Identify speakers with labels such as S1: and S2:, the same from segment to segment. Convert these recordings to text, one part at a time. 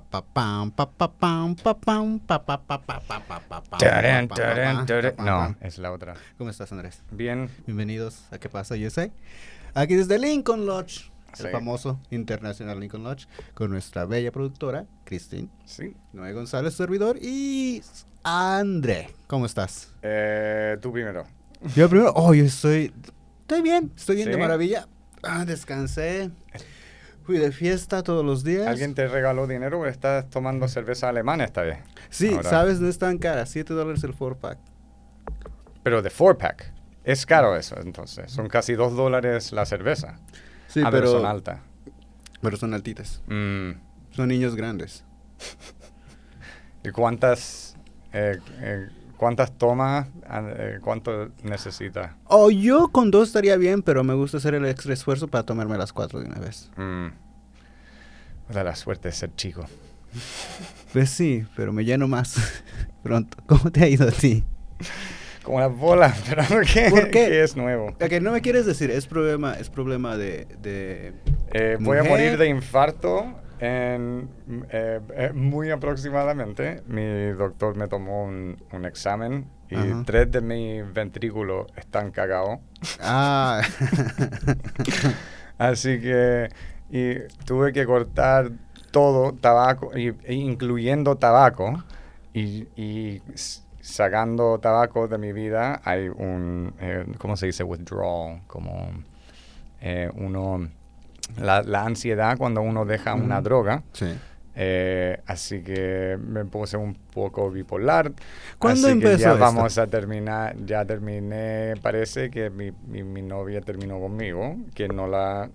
S1: pam, pa, pa, pam, pa, pam, pa, pa, pa, pa, pa, pa, pa, pa,
S2: Tarán,
S1: pa, pa,
S2: tarán,
S1: pa,
S2: tarán.
S1: pa, pa,
S2: No,
S1: pa.
S2: es la otra.
S1: ¿Cómo estás, Andrés?
S2: Bien,
S1: Bienvenidos a ¿Qué pasa, USA? Aquí desde Lincoln Lodge,
S2: Sí.
S1: el famoso Internacional Lincoln Lodge, con nuestra bella productora, Christine,
S2: sí.
S1: Noé González, servidor, y André. ¿Cómo estás?
S2: Eh, tú primero.
S1: Yo primero, oh, yo estoy, estoy bien, estoy bien de
S2: ¿Sí?
S1: maravilla. Ah, descansé, fui de fiesta todos los días.
S2: ¿Alguien te regaló dinero o estás tomando cerveza alemana esta vez?
S1: Sí,
S2: Ahora.
S1: sabes, no es tan cara, 7 dólares el 4 pack.
S2: Pero de four pack. Es caro eso, entonces. Son casi dos dólares la cerveza.
S1: Sí,
S2: Ah,
S1: pero,
S2: son alta.
S1: pero son altitas,
S2: Mm,
S1: son niños grandes.
S2: ¿Y cuántas, eh, eh, cuántas tomas? eh, ¿Cuánto necesitas?
S1: Oh, yo con dos estaría bien, pero me gusta hacer el extra esfuerzo para tomarme las cuatro de una vez.
S2: Mm. Da la suerte de ser chico.
S1: Pues sí, pero me lleno más pronto. ¿Cómo te ha ido a ti?
S2: Como las bolas, pero ¿qué,
S1: ¿Por qué?
S2: qué es nuevo?
S1: Ok, no me quieres decir, es problema, es problema de... de...
S2: Eh, voy a
S1: Mujer.
S2: morir de infarto en, eh, eh, muy aproximadamente. Mi doctor me tomó un, un examen y
S1: Ajá.
S2: tres de mis ventrículos están cagados.
S1: Ah,
S2: Así que y tuve que cortar todo, tabaco, y- e incluyendo tabaco, y, y s- sacando tabaco de mi vida hay un, eh, ¿cómo se dice? Withdrawal, como eh, uno, la, la ansiedad cuando uno deja una
S1: Ujú.
S2: droga.
S1: sí.
S2: Eh, así que me puse un poco bipolar.
S1: ¿Cuándo
S2: así que
S1: empezó
S2: ya
S1: esto?
S2: vamos a terminar, ya terminé, parece que mi, mi, mi novia terminó conmigo, que no la,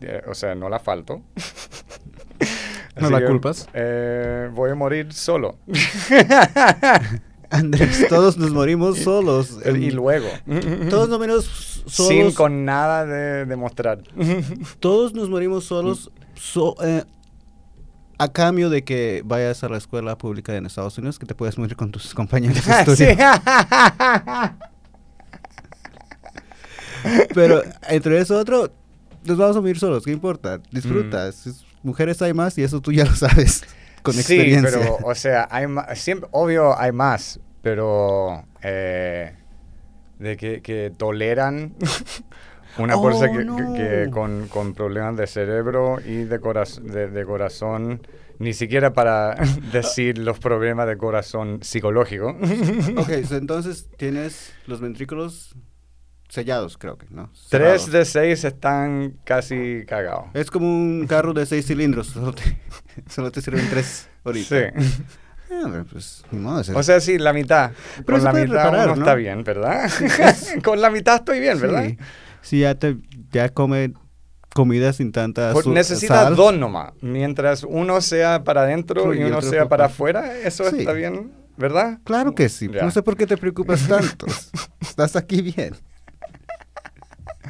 S2: eh, o sea, no la falto.
S1: ¿No
S2: Así
S1: la
S2: que,
S1: culpas?
S2: eh, voy a morir solo.
S1: Andrés, todos nos morimos solos. em,
S2: y luego.
S1: Todos nos morimos solos.
S2: Sin con nada de demostrar.
S1: Todos nos morimos solos
S2: Mm.
S1: so- eh, a cambio de que vayas a la escuela pública en Estados Unidos, que te puedes morir con tus compañeros
S2: Ah,
S1: de estudio. Pero entre eso otro, nos vamos a morir solos, ¿qué importa? Disfruta. si es- mujeres hay más y eso tú ya lo sabes con experiencia.
S2: Mm. Sí, pero, o sea, hay ma- siempre, obvio hay más, pero eh, de que, que toleran una
S1: Oh,
S2: persona que,
S1: no.
S2: que- que con, con problemas de cerebro y de, coraz- de, de corazón, ni siquiera para decir los problemas de corazón psicológico.
S1: ok, so entonces tienes los ventrículos sellados, creo que, ¿no?
S2: Tres
S1: Cerrados.
S2: de seis están casi cagados.
S1: Es como un carro de seis cilindros, solo te, solo te sirven tres
S2: Sí.
S1: ahorita. Ah, bueno, pues, ni modo, es-
S2: O sea, sí, la mitad.
S1: Pero
S2: con
S1: se
S2: la
S1: puede
S2: mitad
S1: reparar,
S2: uno
S1: ¿no?
S2: está bien, ¿verdad? con la mitad estoy bien, ¿verdad?
S1: Sí, Sí, ya, te, ya come comida sin tanta
S2: Por-
S1: azu-
S2: necesitas
S1: sal.
S2: dos nomás. Mientras uno sea para adentro
S1: Sí,
S2: y
S1: y
S2: uno
S1: otro
S2: sea
S1: para-
S2: para afuera, eso
S1: Sí.
S2: está bien, ¿verdad?
S1: Claro que sí.
S2: Ya.
S1: No sé por qué te preocupas tanto. Estás aquí bien.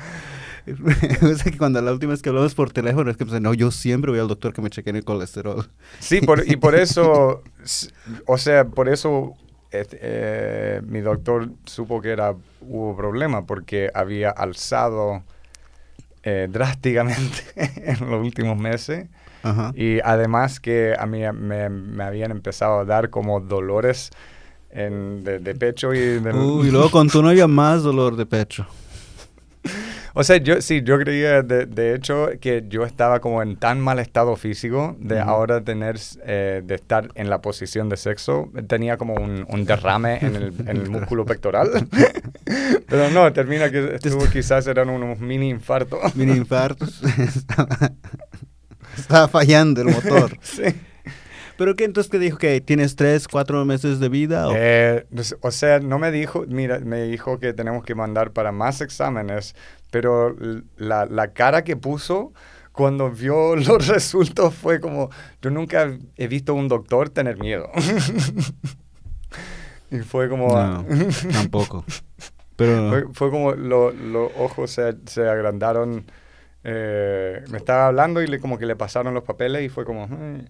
S1: O sea, que cuando la última vez que hablamos por teléfono es que pensé, no, yo siempre voy al doctor que me chequee el colesterol.
S2: Sí, por- y por eso, s- o sea, por eso et- eh, mi doctor supo que era, hubo problema porque había alzado eh, drásticamente en los últimos meses.
S1: Ajá.
S2: Y además que a mí me, me habían empezado a dar como dolores en- de, de pecho y de...
S1: Uy, y luego con tu novia más dolor de pecho.
S2: O sea, yo sí, yo creía de, de hecho que yo estaba como en tan mal estado físico de
S1: Ujú.
S2: ahora tener, eh, de estar en la posición de sexo, tenía como un, un derrame en el, en el músculo pectoral. Pero no, termina que estuvo, quizás eran unos mini infartos.
S1: Mini infartos. Estaba- Estaba fallando el motor.
S2: Sí.
S1: ¿Pero qué entonces que dijo? que ¿Tienes tres, cuatro meses de vida? o-
S2: Eh, pues, o sea, no me dijo, mira, me dijo que tenemos que mandar para más exámenes, pero l- la, la cara que puso cuando vio los resultados fue como, yo nunca he visto a un doctor tener miedo. y fue como, ah,
S1: No, tampoco. Pero...
S2: fue, fue como lo- los ojos se, se agrandaron. eh, me estaba hablando y le, como que le pasaron los papeles y fue como, "Mm,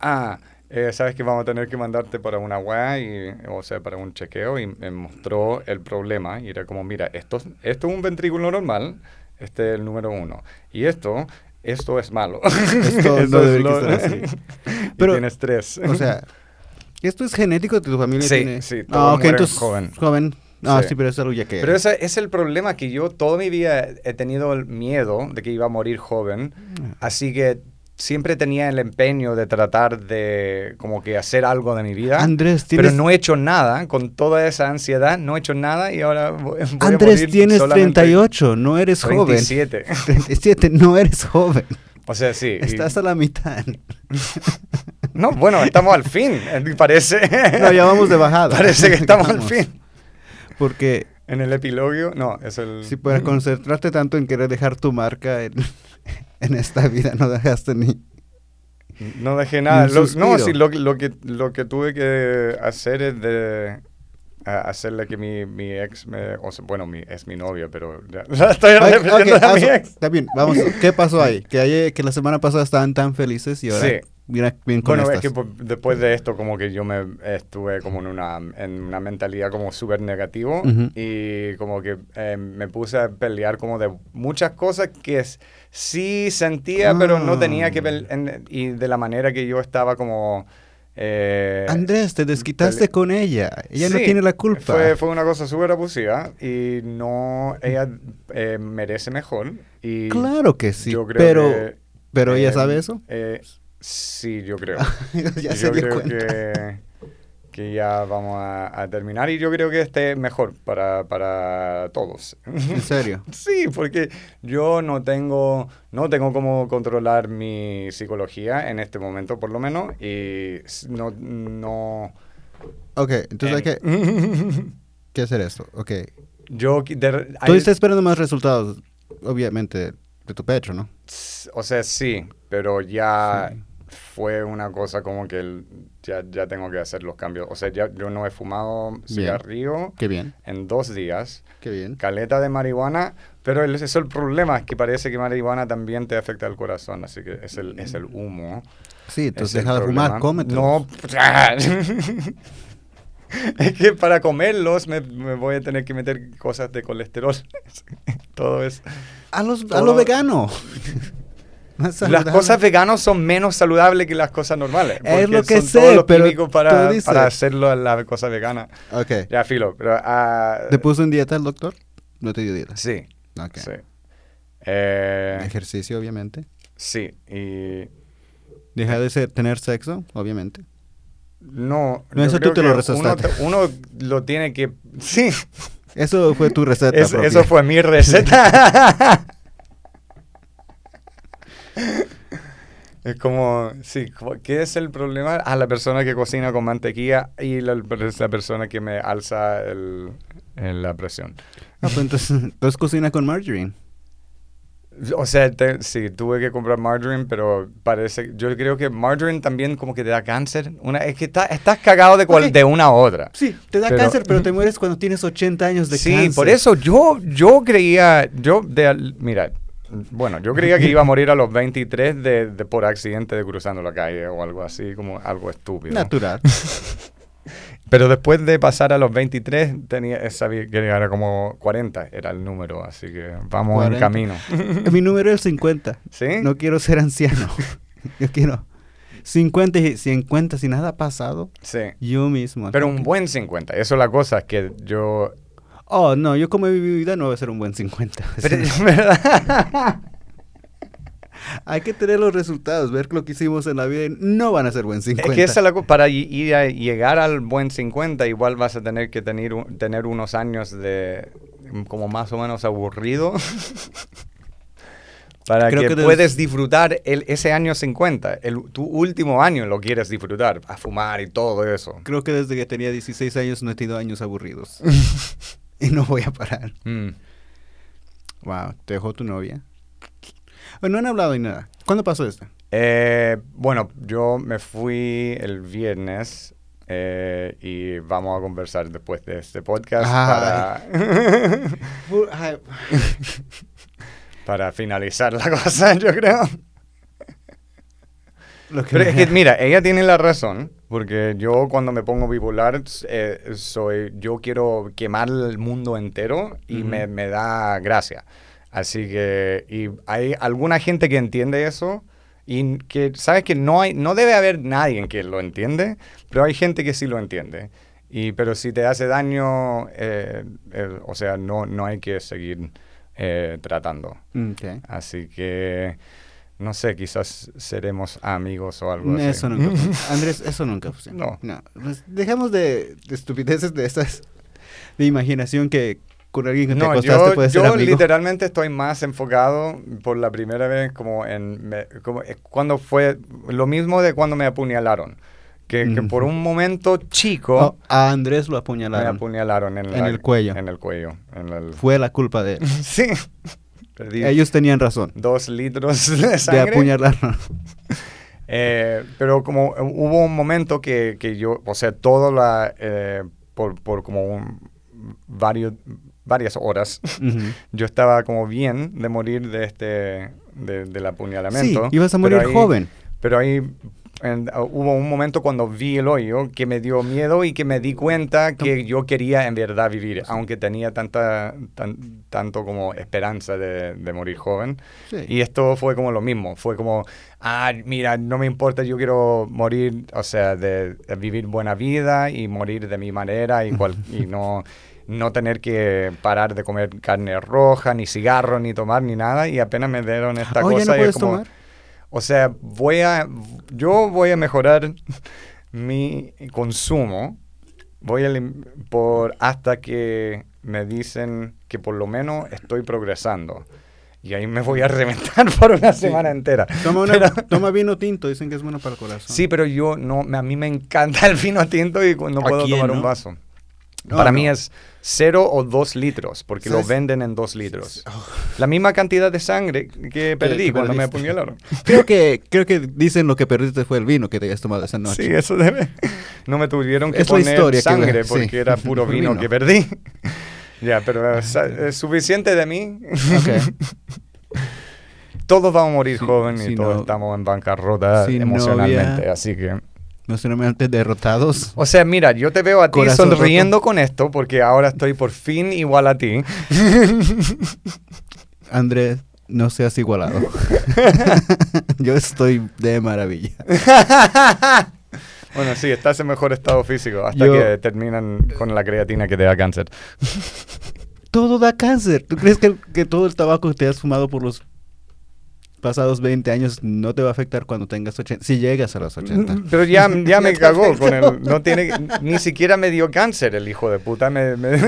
S2: ah, eh, sabes que vamos a tener que mandarte para una weá, y, o sea, para un chequeo. Y me mostró el problema y era como, mira, esto, es- esto es un ventrículo normal, este es el número uno. Y esto esto es malo.
S1: Esto
S2: Eso
S1: no debería
S2: lo-
S1: estar así.
S2: Y
S1: Pero-
S2: tienes tres.
S1: O sea, ¿esto es genético de tu familia?
S2: Sí,
S1: tiene?
S2: sí,
S1: Ah,
S2: todos
S1: ok,
S2: mueren
S1: entonces,
S2: joven.
S1: Ah,
S2: Sí.
S1: sí, pero es algo ya que...
S2: Pero ese es el problema que yo toda mi vida he tenido el miedo de que iba a morir joven. Así que siempre tenía el empeño de tratar de como que hacer algo de mi vida.
S1: Andrés,
S2: pero
S1: tienes,
S2: no he hecho nada, con toda esa ansiedad no he hecho nada y ahora voy, voy a
S1: Andrés,
S2: morir
S1: tienes
S2: solamente
S1: 38, no eres joven.
S2: 37.
S1: 37, no eres joven.
S2: O sea, sí. y-
S1: Estás a la mitad.
S2: No, bueno, estamos al fin, eh, parece.
S1: No, ya vamos de bajada.
S2: Parece que estamos al
S1: Vamos.
S2: fin.
S1: Porque
S2: En el epilogio, no, es el...
S1: si para concentrarte tanto en querer dejar tu marca en, en esta vida, no dejaste ni...
S2: No dejé nada.
S1: Ni un
S2: Lo-
S1: suspiro.
S2: no, sí, lo, que- lo que, lo que tuve que hacer es de a- hacerle que mi, mi ex me... o sea, bueno, mi, es mi novio, pero ya, la estoy
S1: Ay,
S2: repitiendo
S1: ok,
S2: a mi
S1: paso.
S2: ex.
S1: Está bien, vamos. ¿Qué pasó ahí? Que, ayer- que la semana pasada estaban tan felices y ahora
S2: Sí.
S1: mira bien con
S2: Bueno, es
S1: estas.
S2: que po- después de esto como que yo me estuve como en una, en una mentalidad como súper negativo
S1: Ujú.
S2: y como que eh, me puse a pelear como de muchas cosas que es- sí sentía, pero no tenía
S1: Ah.
S2: que... pel- en- y de la manera que yo estaba como... eh,
S1: Andrés, te desquitaste
S2: pele-
S1: con ella. Ella no
S2: Sí,
S1: tiene la culpa.
S2: Fue, fue una cosa súper abusiva y no, ella eh, merece mejor. Y
S1: Claro que sí,
S2: yo creo
S1: pero,
S2: que,
S1: pero ella
S2: eh,
S1: sabe eso.
S2: eh, sí, yo creo.
S1: ya
S2: yo
S1: se dio
S2: creo
S1: cuenta.
S2: que, que ya vamos a, a terminar y yo creo que esté mejor para, para todos.
S1: En serio.
S2: Sí, porque yo no tengo, no tengo cómo controlar mi psicología en este momento, por lo menos, y s- no, no.
S1: Ok, entonces hay que, que hacer esto. Ok.
S2: Yo, qui- de-
S1: Tú
S2: hay-
S1: estás esperando más resultados, obviamente, de tu pecho, ¿no?
S2: s- o sea, sí, pero ya
S1: Sí.
S2: fue una cosa como que el- ya, ya tengo que hacer los cambios. O sea, ya, yo no he fumado cigarrillo
S1: Qué bien,
S2: en dos días,
S1: qué bien.
S2: caleta de marihuana, pero el, ese es el problema, es que parece que marihuana también te afecta el corazón, así que es el, es el humo.
S1: Sí, entonces
S2: es el
S1: deja de fumar,
S2: problema.
S1: cómete.
S2: No, es que para comerlos me, me voy a tener que meter cosas de colesterol. Todo es...
S1: A los, a
S2: Todo-
S1: lo vegano. Más
S2: Las
S1: saludable.
S2: cosas veganas son menos saludables que las cosas normales.
S1: Es
S2: porque
S1: lo que
S2: son todos
S1: sé,
S2: los
S1: pero
S2: químicos
S1: tú
S2: para,
S1: dices.
S2: para hacerlo a la cosa vegana.
S1: Ok.
S2: Ya, filo. Pero, ah,
S1: ¿Te puso en dieta el doctor? No te dio dieta.
S2: Sí,
S1: Ok.
S2: sí. Eh,
S1: Ejercicio, obviamente.
S2: sí, y...
S1: Deja de ser- tener sexo, obviamente.
S2: No,
S1: No,
S2: yo
S1: eso
S2: creo
S1: tú te lo
S2: que uno,
S1: rezastaste.
S2: te- uno lo tiene que... Sí,
S1: Eso fue tu receta.
S2: es-
S1: propia.
S2: eso fue mi receta. es como, sí, como, ¿qué es el problema? A la persona que cocina con mantequilla y la, la persona que me alza el- el- la presión.
S1: Ah, pues entonces, entonces cocina con margarine.
S2: O sea, te- sí, tuve que comprar margarine, pero parece, yo creo que margarine también como que te da cáncer. Una, es que está- estás cagado de, cual-
S1: Ok.
S2: de una a otra.
S1: Sí, te da
S2: Pero-
S1: cáncer, pero te mueres cuando tienes 80 años de
S2: sí,
S1: cáncer.
S2: por eso yo, yo creía, yo, de, al- mira, bueno, yo creía que iba a morir a los 23 de, de por accidente de cruzando la calle o algo así, como algo estúpido.
S1: Natural.
S2: Pero después de pasar a los 23, tenía, eh, sabía que era como 40, era el número, así que vamos
S1: 40.
S2: en camino.
S1: Mi número es 50.
S2: ¿Sí?
S1: No quiero ser anciano. Yo quiero 50 y 50, si nada ha pasado,
S2: Sí.
S1: yo mismo.
S2: Pero un buen 50, eso es la cosa, es que yo...
S1: Oh, no, yo como he vivido mi vida no voy a ser un buen 50.
S2: Pero, ¿verdad?
S1: Hay que tener los resultados, ver lo que hicimos en la vida y no van a ser buen 50.
S2: Es que esa es la co- para i- ir a llegar al buen 50 igual vas a tener que tener, un- tener unos años de mm, como más o menos aburrido para
S1: Creo
S2: que,
S1: que de los-
S2: puedes disfrutar el, ese año 50, el, tu último año lo quieres disfrutar, a fumar y todo eso.
S1: Creo que desde que tenía 16 años no he tenido años aburridos. y no voy a parar.
S2: Mm.
S1: Wow, te dejó tu novia. Bueno, no han hablado ni nada. ¿Cuándo pasó esto?
S2: Eh, bueno, yo me fui el viernes eh, y vamos a conversar después de este podcast
S1: Ay.
S2: para... para finalizar la cosa, yo creo.
S1: Lo que
S2: Pero
S1: me-
S2: es que, mira, ella tiene la razón, porque yo cuando me pongo bipolar, eh, soy, yo quiero quemar el mundo entero y
S1: Ujú.
S2: me, me da gracia. Así que y hay alguna gente que entiende eso y que sabes que no hay no debe haber nadie que lo entiende, pero hay gente que sí lo entiende. Y pero si te hace daño, eh, eh, o sea, no no hay que seguir eh, tratando.
S1: Ok.
S2: Así que no sé, quizás seremos amigos o algo así.
S1: Eso nunca fue. Andrés, eso nunca fue.
S2: No.
S1: No. Pues dejemos de, de estupideces de estas, de imaginación que con alguien que te
S2: No,
S1: acostaste
S2: yo,
S1: puedes ser
S2: yo
S1: amigo.
S2: literalmente estoy más enfocado por la primera vez como en me- como, eh, cuando fue lo mismo de cuando me apuñalaron. Que, que por un momento chico
S1: No, a Andrés lo
S2: me
S1: Oh, apuñalaron.
S2: apuñalaron en,
S1: En
S2: la-
S1: el cuello.
S2: En el cuello. en el-
S1: Fue la culpa de él.
S2: sí. Perdí
S1: Ellos tenían razón
S2: dos litros de
S1: de
S2: sangre.
S1: apuñalarnos.
S2: Eh, pero como eh, hubo un momento que, que yo, o sea, todo la, eh, por, por como un- varios, varias horas,
S1: Ujú.
S2: yo estaba como bien de morir de este, de- del
S1: Sí,
S2: apuñalamiento.
S1: ibas a
S2: pero
S1: morir
S2: ahí-
S1: joven.
S2: Pero ahí en- ah, hubo un momento cuando vi el hoyo que me dio miedo y que me di cuenta que yo quería en verdad vivir, aunque tenía tanta, tan- tanto como esperanza de, de morir joven.
S1: Sí.
S2: Y esto fue como lo mismo, fue como, ah, mira, no me importa, yo quiero morir, o sea, de, de vivir buena vida y morir de mi manera y, cual- y no, no tener que parar de comer carne roja, ni cigarro, ni tomar, ni nada. Y apenas me dieron esta
S1: Oh,
S2: cosa
S1: ya no
S2: y es
S1: puedes
S2: como,
S1: tomar.
S2: o sea, voy a, yo voy a mejorar mi consumo voy a elim- por hasta que me dicen que por lo menos estoy progresando. Y ahí me voy a reventar por una semana entera.
S1: Toma, una-
S2: Pero-
S1: toma vino tinto, dicen que es bueno para el corazón.
S2: sí, pero yo no, me- a mí me encanta el vino tinto y cu- no
S1: ¿A
S2: puedo
S1: quién
S2: tomar
S1: no?
S2: un vaso.
S1: No,
S2: Para
S1: no.
S2: mí es cero o dos litros, porque lo
S1: ¿Sabes?
S2: venden en dos litros. La misma cantidad de sangre que perdí
S1: que
S2: cuando me
S1: perdiste.
S2: apuñalaron.
S1: Creo que, creo que dicen lo que perdiste fue el vino que te habías tomado esa noche.
S2: Sí, eso debe. No me tuvieron que
S1: Es la
S2: poner
S1: historia que
S2: sangre
S1: me- sí.
S2: porque era puro vino,
S1: Vino.
S2: que perdí. ya, pero o sea, es suficiente de mí.
S1: Ok.
S2: Todos vamos a morir
S1: Si-
S2: joven
S1: si
S2: y todos
S1: no-
S2: estamos en bancarrota
S1: si no
S2: emocionalmente,
S1: había-
S2: así que...
S1: Emocionalmente derrotados.
S2: O sea, mira, yo te veo a ti
S1: Corazón
S2: sonriendo con esto porque ahora estoy por fin igual a ti.
S1: Andrés, no seas igualado. Yo estoy de maravilla.
S2: bueno, sí, estás en mejor estado físico hasta
S1: Yo-
S2: que terminan con la creatina que te da cáncer.
S1: Todo da cáncer. ¿Tú crees que, que todo el tabaco que te has fumado por los pasados 20 años no te va a afectar cuando tengas 80? Si llegas a los 80.
S2: Mm, Pero ya, ya me
S1: te
S2: cagó con
S1: afectó.
S2: el. No tiene, ni siquiera me dio cáncer el hijo de puta. Me, me-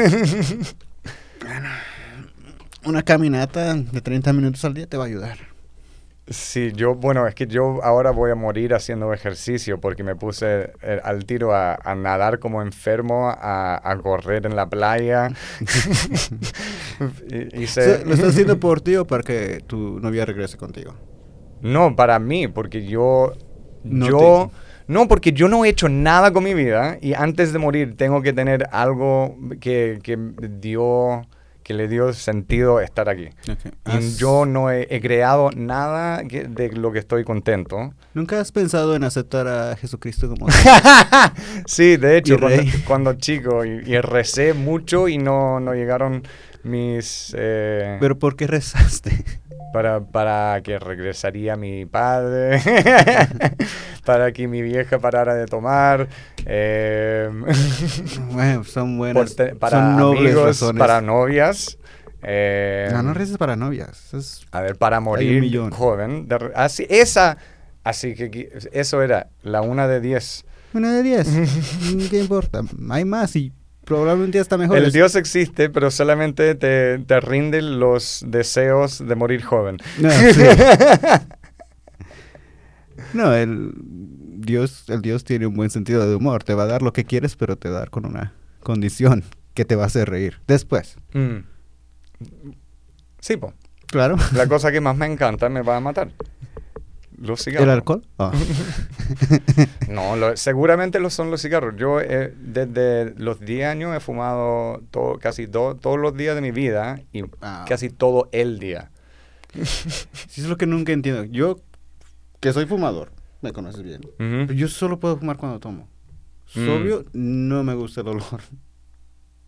S1: Una caminata de 30 minutos al día te va a ayudar.
S2: sí, yo, bueno, es que yo ahora voy a morir haciendo ejercicio porque me puse eh, al tiro a, a nadar como enfermo, a, a correr en la playa. Y- hice-
S1: So, ¿Lo estás haciendo por ti o para que tu novia regrese contigo?
S2: No, para mí, porque yo.
S1: No
S2: yo. No, porque yo no he hecho nada con mi vida y antes de morir tengo que tener algo que, que dio. que le dio sentido estar aquí. Y Mm,
S1: Ah,
S2: yo no he, he creado nada que- de lo que estoy contento.
S1: ¿Nunca has pensado en aceptar a Jesucristo como...
S2: sí, de
S1: Y
S2: hecho, cuando,
S1: rey.
S2: cuando chico y, y recé mucho y no, no llegaron mis... eh,
S1: ¿Pero por qué rezaste?
S2: para, para que regresaría mi padre, para que mi vieja parara de tomar, eh,
S1: Bueno, son
S2: por
S1: buenas,
S2: te- para
S1: son nobles
S2: amigos,
S1: razones.
S2: para novias. eh,
S1: No, no reces para novias. eso es-
S2: A ver, para morir
S1: millón.
S2: joven. de re- así, esa, así que qui- eso era la una de diez.
S1: Una de diez. Mm, ¿Qué importa? Hay más y probablemente hasta mejor.
S2: El Dios existe, pero solamente te, te rinde los deseos de morir joven.
S1: No, sí. No, el Dios, el Dios tiene un buen sentido de humor. Te va a dar lo que quieres, pero te va a dar con una condición que te va a hacer reír. Después.
S2: Mm. Sí, po.
S1: Claro.
S2: La cosa que más me encanta me va a matar. Los cigarros.
S1: ¿El alcohol? Ah.
S2: No, lo- seguramente lo son los cigarros. Yo eh, desde los 10 años he fumado todo, casi do- todos los días de mi vida y
S1: Ah.
S2: casi todo el día.
S1: Sí, es lo que nunca entiendo. Yo, que soy fumador, me conoces bien.
S2: Ujú.
S1: Yo solo puedo fumar cuando tomo.
S2: Mm.
S1: Sobrio, no me gusta el olor.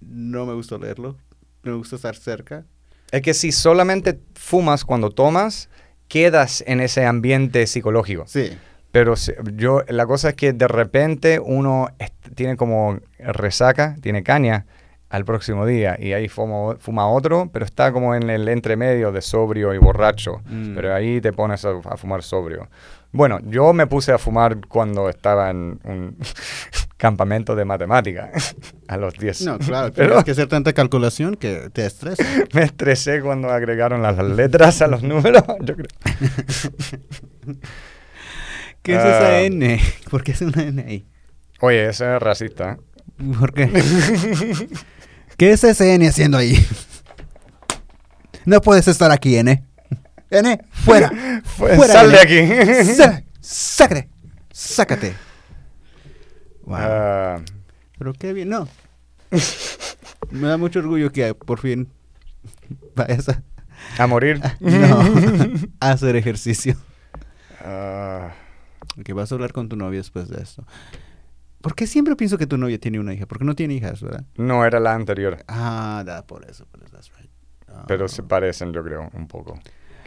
S1: No me gusta olerlo. No me gusta estar cerca.
S2: Es que si solamente fumas cuando tomas, quedas en ese ambiente psicológico.
S1: Sí.
S2: Pero se- yo, la cosa es que de repente uno est- tiene como resaca, tiene caña al próximo día y ahí fuma, fuma otro, pero está como en el entremedio de sobrio y borracho.
S1: Mm.
S2: Pero ahí te pones a, a fumar sobrio. Bueno, yo me puse a fumar cuando estaba en un campamento de matemática a los 10.
S1: No, claro,
S2: Pero-
S1: tienes que hacer tanta calculación que te estresa.
S2: Me estresé cuando agregaron las letras a los números. Yo creo.
S1: ¿Qué es
S2: Ah.
S1: esa N? ¿Por qué es una N ahí?
S2: Oye, ese es racista. ¿eh?
S1: ¿Por qué? ¿Qué es ese N haciendo ahí? No puedes estar aquí, N. N, fuera.
S2: Fue-
S1: Fuera,
S2: sal de
S1: N.
S2: aquí.
S1: Sa- Sácate. Sácate. Wow.
S2: Ah,
S1: Pero qué bien, no. Me da mucho orgullo que por fin vayas a,
S2: a morir.
S1: no, a hacer ejercicio.
S2: Ah,
S1: Que vas a hablar con tu novia después de esto. ¿Por qué siempre pienso que tu novia tiene una hija? Porque no tiene hijas, ¿verdad?
S2: no era la anterior,
S1: Ah, da, por eso, por eso, that's right. Ah.
S2: pero se parecen, yo creo, un poco.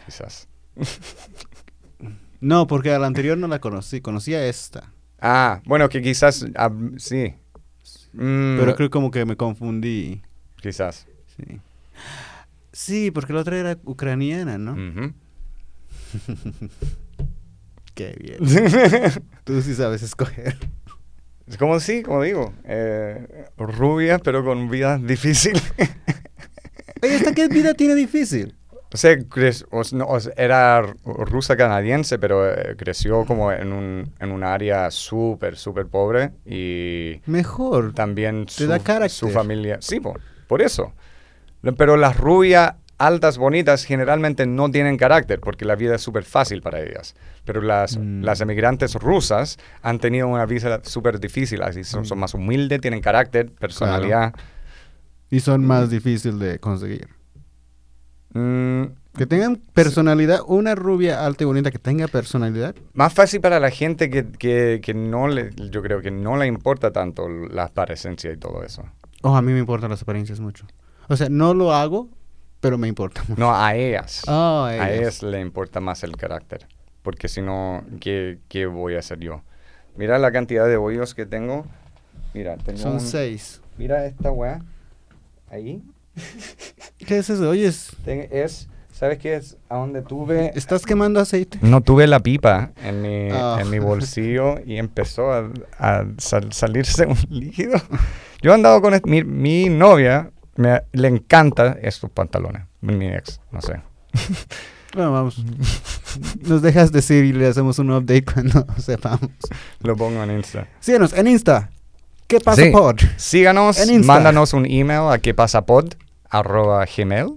S2: Quizás.
S1: No, porque a la anterior no la conocí, conocía esta.
S2: Ah, bueno, que quizás. ah, sí. Mm,
S1: Pero creo como que me confundí.
S2: Quizás.
S1: Sí. Sí, porque la otra era ucraniana, ¿no?
S2: Ujú.
S1: Qué bien. Tú sí sabes escoger.
S2: Es como sí, como digo. eh, rubia, pero con vida difícil.
S1: Oye, ¿esta qué vida tiene difícil?
S2: O sea, cre- o s- no, o s- era r- rusa canadiense, pero eh, creció como en un, en un área súper, súper pobre y
S1: Mejor.
S2: también su,
S1: da carácter.
S2: su familia. Sí, po, por eso. Lo- Pero las rubias altas, bonitas, generalmente no tienen carácter porque la vida es súper fácil para ellas. Pero las,
S1: Mm.
S2: las emigrantes rusas han tenido una vida súper difícil, así son,
S1: Mm.
S2: son más humildes, tienen carácter, personalidad.
S1: Y son más difícil de conseguir.
S2: Mm,
S1: Que tengan personalidad, una rubia alta y bonita que tenga personalidad.
S2: Más fácil para la gente que, que- que no le, yo creo que no le importa tanto la apariencia y todo eso.
S1: Oh, a mí me importan las apariencias mucho. O sea, no lo hago, pero me importa mucho.
S2: No, a ellas.
S1: Oh,
S2: a
S1: ellas.
S2: ellas le importa más el carácter. Porque si no, ¿qué, qué voy a hacer yo? Mira la cantidad de hoyos que tengo. Mira, tengo
S1: Son
S2: un-
S1: seis.
S2: Mira esta weá. Ahí.
S1: ¿Qué es eso? Oye, es-
S2: Ten- es, ¿sabes qué es? A donde tuve...
S1: ¿estás quemando aceite?
S2: No tuve la pipa en mi,
S1: Ah.
S2: en mi bolsillo y empezó a, a sal- salirse un líquido. Yo he andado con est- mi, mi novia, me- le encanta estos pantalones. Mi ex, no sé.
S1: Bueno, vamos. Nos dejas decir y le hacemos un update cuando sepamos.
S2: Lo pongo en Insta.
S1: Síguenos en Insta. ¿Qué pasa
S2: Sí.
S1: pod?
S2: Síganos,
S1: En Insta.
S2: mándanos un email a quepasapod, arroba gmail.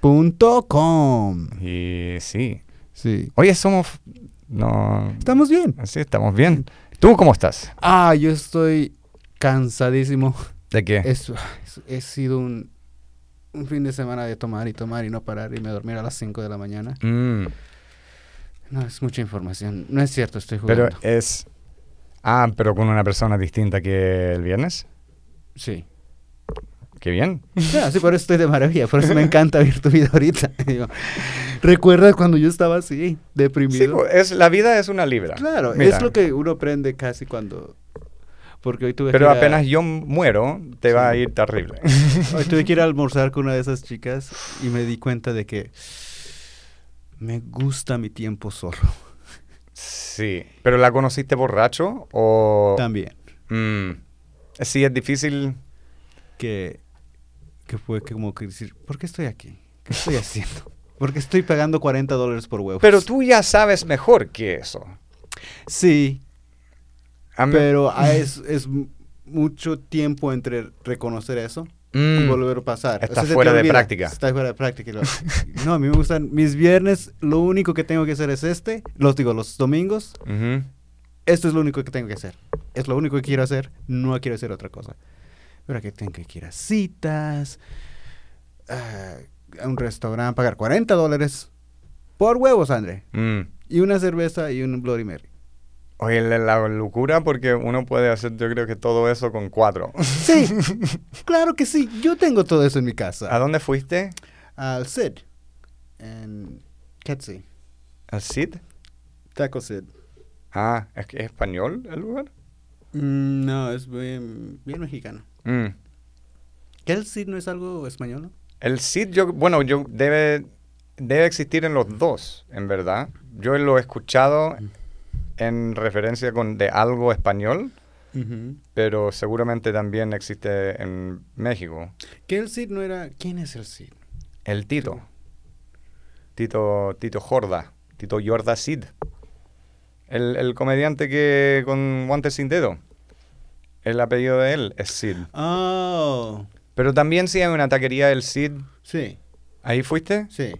S1: Punto com.
S2: Y sí.
S1: Sí.
S2: Oye, somos... No...
S1: Estamos bien.
S2: Sí, estamos bien. ¿Tú cómo estás?
S1: Ah, yo estoy cansadísimo.
S2: ¿De qué?
S1: Es, es- he sido un, un fin de semana de tomar y tomar y no parar y me dormir a las 5 de la mañana.
S2: Mm.
S1: No, es mucha información. No es cierto, estoy
S2: Pero
S1: jugando.
S2: es. Ah, pero con una persona distinta que el viernes.
S1: sí.
S2: Qué bien.
S1: Ya, sí, por eso estoy de maravilla. Por eso me encanta ver tu vida ahorita. Digo, Recuerda cuando yo estaba así, deprimido.
S2: Sí, pues, es, la vida es una libra.
S1: Claro,
S2: Mira,
S1: es lo que uno aprende casi cuando... Porque hoy tuve
S2: Pero
S1: que ir a-
S2: apenas yo muero, te va a
S1: Sí.
S2: ir terrible.
S1: Hoy tuve que ir a almorzar con una de esas chicas y me di cuenta de que me gusta mi tiempo solo.
S2: sí. ¿Pero la conociste borracho o.?
S1: También.
S2: Mm. Sí, es difícil.
S1: que, que fue que como que decir, ¿por qué estoy aquí? ¿Qué estoy haciendo? ¿Por qué estoy pagando 40 dólares por huevos?
S2: Pero tú ya sabes mejor que eso.
S1: Sí,
S2: A mí-
S1: pero ah, es, es m- mucho tiempo entre reconocer eso y
S2: Mm.
S1: volver a pasar.
S2: Está
S1: se te
S2: fuera de
S1: olvida,
S2: práctica.
S1: Está fuera de práctica. y lo- no, a mí me gustan mis viernes, lo único que tengo que hacer es este, los digo, los domingos,
S2: Ujú.
S1: esto es lo único que tengo que hacer. Es lo único que quiero hacer. No quiero hacer otra cosa. Pero que tengo que ir a citas, ah, a un restaurante, pagar 40 dólares por huevos, André.
S2: Mm.
S1: Y una cerveza y un Bloody Mary.
S2: Oye, la, la locura, porque uno puede hacer, yo creo que todo eso con cuatro.
S1: Sí, claro que sí. Yo tengo todo eso en mi
S2: ¿A
S1: casa.
S2: dónde fuiste?
S1: al Sid en Ketsi.
S2: ¿El Cid?
S1: Taco Sid.
S2: Ah, ¿es que es español el lugar?
S1: Mm, no, es bien, bien mexicano.
S2: Mm.
S1: ¿Qué el Sid no es algo español? no?
S2: El Cid, yo, bueno, yo debe, debe existir en los dos, en verdad. Yo lo he escuchado en referencia con, de algo español, pero seguramente también existe en México.
S1: Que el Cid no era... ¿Quién es el Cid?
S2: El Tito. Tito, Tito Jorda. Tito Jorda Cid. El, el comediante que con guantes sin dedo. El apellido de él es Cid.
S1: Oh,
S2: Pero también sí hay una taquería del Cid.
S1: sí,
S2: ¿Ahí fuiste?
S1: sí.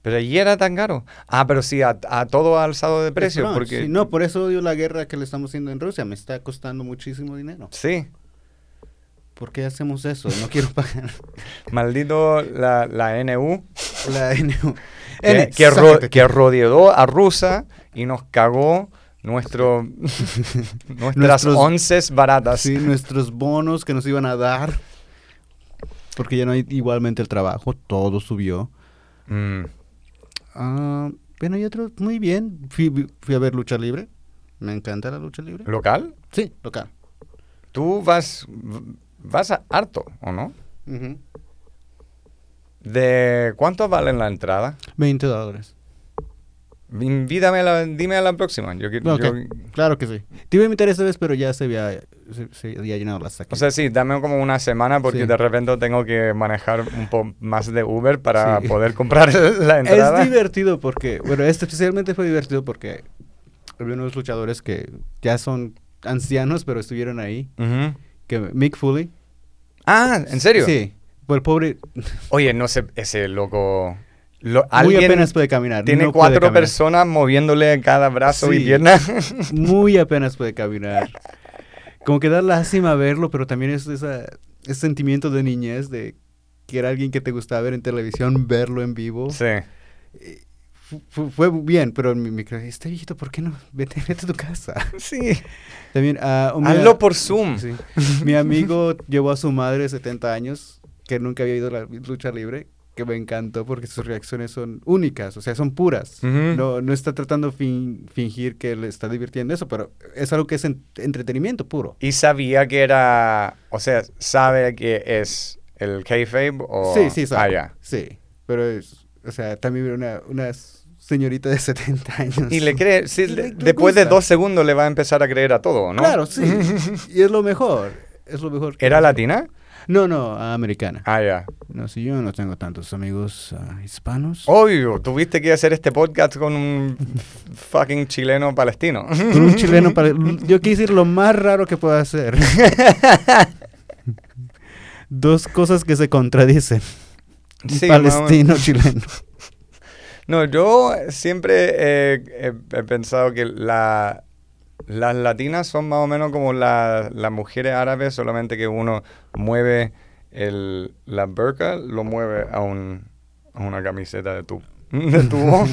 S2: Pero allí era tan caro. Ah, pero sí, a, a todo ha alzado de precio.
S1: No,
S2: porque,
S1: sí, no, por eso odio la guerra que le estamos haciendo en Rusia. Me está costando muchísimo dinero.
S2: Sí,
S1: ¿Por qué hacemos eso? No quiero pagar
S2: maldito la, la NU.
S1: la NU.
S2: Que,
S1: N,
S2: que ro-
S1: sácate.
S2: que rodeó a Rusa y nos cagó nuestro, nuestras
S1: Nuestros-
S2: onces baratas.
S1: Sí, nuestros bonos que nos iban a dar. Porque ya no hay igualmente el trabajo, todo subió.
S2: Mm.
S1: Ah, bueno, y otros, muy bien. Fui, fui a ver lucha libre. Me encanta la lucha libre.
S2: ¿Local?
S1: Sí, local.
S2: Tú vas, vas a harto, ¿o no?
S1: Ujú.
S2: ¿De cuánto vale la entrada?
S1: 20 dólares.
S2: Invítame, a la, dime a la próxima. Yo, qui-
S1: Ok,
S2: yo-
S1: Claro que sí. Te iba a invitar esta vez, pero ya se había, se, se había llenado la saca.
S2: o sea, sí, dame como una semana porque
S1: Sí.
S2: de repente tengo que manejar un poco más de Uber para
S1: Sí.
S2: poder comprar la entrada.
S1: Es divertido porque, bueno, este especialmente fue divertido porque había unos luchadores que ya son ancianos, pero estuvieron ahí.
S2: Ujú.
S1: Que Mick Foley.
S2: Ah, ¿en serio?
S1: Sí. Pues el pobre
S2: Oye, no sé, ese loco... lo-
S1: muy
S2: alguien
S1: apenas puede caminar.
S2: tiene
S1: no puede
S2: cuatro
S1: caminar.
S2: personas moviéndole cada brazo y
S1: Sí.
S2: pierna.
S1: Muy apenas puede caminar. Como que da lástima verlo, pero también es esa, ese sentimiento de niñez de que era alguien que te gustaba ver en televisión, verlo en vivo.
S2: sí.
S1: Fu- fu- Fue, bien, pero en mi micro, este viejito, ¿por qué no? Vete, vete a tu casa.
S2: Sí.
S1: También, ah, un-
S2: Hazlo por Zoom.
S1: Sí. Mi amigo llevó a su madre de 70 años, que nunca había ido a la lucha libre, que me encantó porque sus reacciones son únicas, o sea, son puras.
S2: Ujú.
S1: no, no está tratando fin- fingir que le está divirtiendo eso, pero es algo que es en- entretenimiento puro.
S2: Y sabía que era, o sea, sabe que es el kayfabe o...
S1: Sí, sí, sabe.
S2: Ah, ya.
S1: Sí, pero es, o sea, también era una, una señorita de 70 años.
S2: Y le cree, sí,
S1: Le-
S2: de-
S1: le
S2: después de
S1: gusta.
S2: dos segundos le va a empezar a creer a todo, ¿no?
S1: Claro, sí. y es lo mejor. Es lo mejor. que-
S2: ¿Era latina?
S1: No, no, americana.
S2: Ah, ya.
S1: No, si yo no tengo tantos amigos ah, hispanos.
S2: Obvio, tuviste que hacer este podcast con un fucking chileno palestino.
S1: Con un chileno para... Yo quise ir lo más raro que pueda hacer. Dos cosas que se contradicen. Un
S2: Sí, más o menos.
S1: palestino chileno.
S2: No, yo siempre eh, he, he pensado que la, las latinas son más o menos como la- las mujeres árabes, solamente que uno mueve el, la burka, lo mueve a, un, a una camiseta de tu de tubo.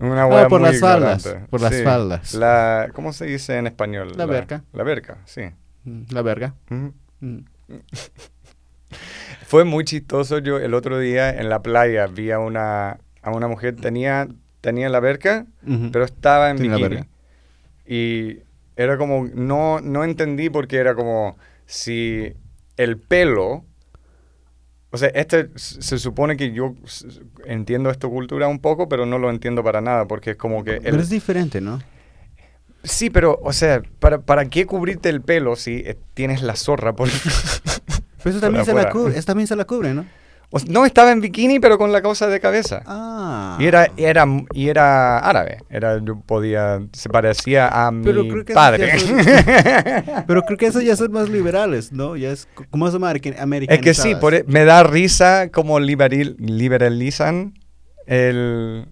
S2: una
S1: Ah,
S2: hueá
S1: por
S2: muy
S1: las faldas,
S2: ignorante.
S1: por las faldas.
S2: La, ¿Cómo se dice en español?
S1: La verga.
S2: La verga, sí.
S1: Mm, La verga.
S2: Ujú.
S1: Mm.
S2: Fue muy chistoso. Yo el otro día en la playa vi a una, a una mujer, tenía, tenía la verca,
S1: Ujú.
S2: pero estaba en
S1: Tenía la
S2: bikini.
S1: verga.
S2: Y era como, no, no entendí porque era como si el pelo, o sea, este s- se supone que yo s- s- entiendo esta cultura un poco, pero no lo entiendo para nada, porque es como que...
S1: Pero
S2: el-
S1: es diferente, ¿no?
S2: Sí, pero, o sea, ¿para, para qué cubrirte el pelo si eh, tienes la zorra? Por...
S1: Pero eso también,
S2: Por
S1: se la,
S2: afuera.
S1: cubre, eso también se la cubre, ¿no?
S2: O sea, no, estaba en bikini, pero con la causa de cabeza.
S1: Ah.
S2: Y era, era, y era árabe. Era, yo podía, se parecía a
S1: Pero
S2: mi
S1: creo que eso
S2: padre.
S1: ya son- Pero creo que esos ya son más liberales, ¿no? Ya es... c- Como es american,
S2: es que sí, por, e- me da risa cómo liberil- liberalizan el,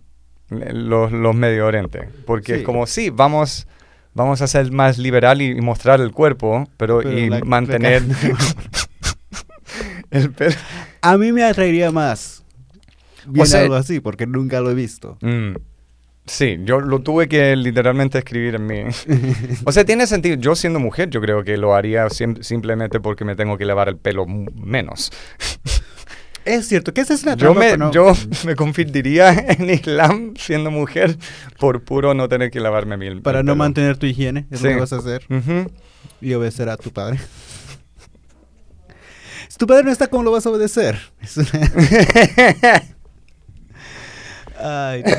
S2: los, los Medio Oriente. Porque
S1: Sí.
S2: es como, sí, vamos, vamos a ser más liberal y, y mostrar el cuerpo, pero,
S1: Pero
S2: y
S1: la- la
S2: mantener
S1: cara-
S2: el pelo.
S1: A mí me atraería más. Bien
S2: sea-
S1: algo así, porque nunca lo he visto.
S2: Mm. Sí, yo lo tuve que literalmente escribir en mí. o sea, tiene sentido. Yo siendo mujer, yo creo que lo haría sim- simplemente porque me tengo que lavar el pelo m- menos.
S1: Es cierto, que esa es una
S2: Yo
S1: trampa,
S2: me,
S1: pero no.
S2: yo me convertiría en Islam siendo mujer por puro no tener que lavarme mi el-
S1: Para
S2: el
S1: no
S2: pelo.
S1: mantener tu higiene, es
S2: Sí.
S1: lo que vas a hacer.
S2: Ujú.
S1: Y obedecer a tu padre. si tu padre no está, ¿cómo lo vas a obedecer? Es una- Ay, no.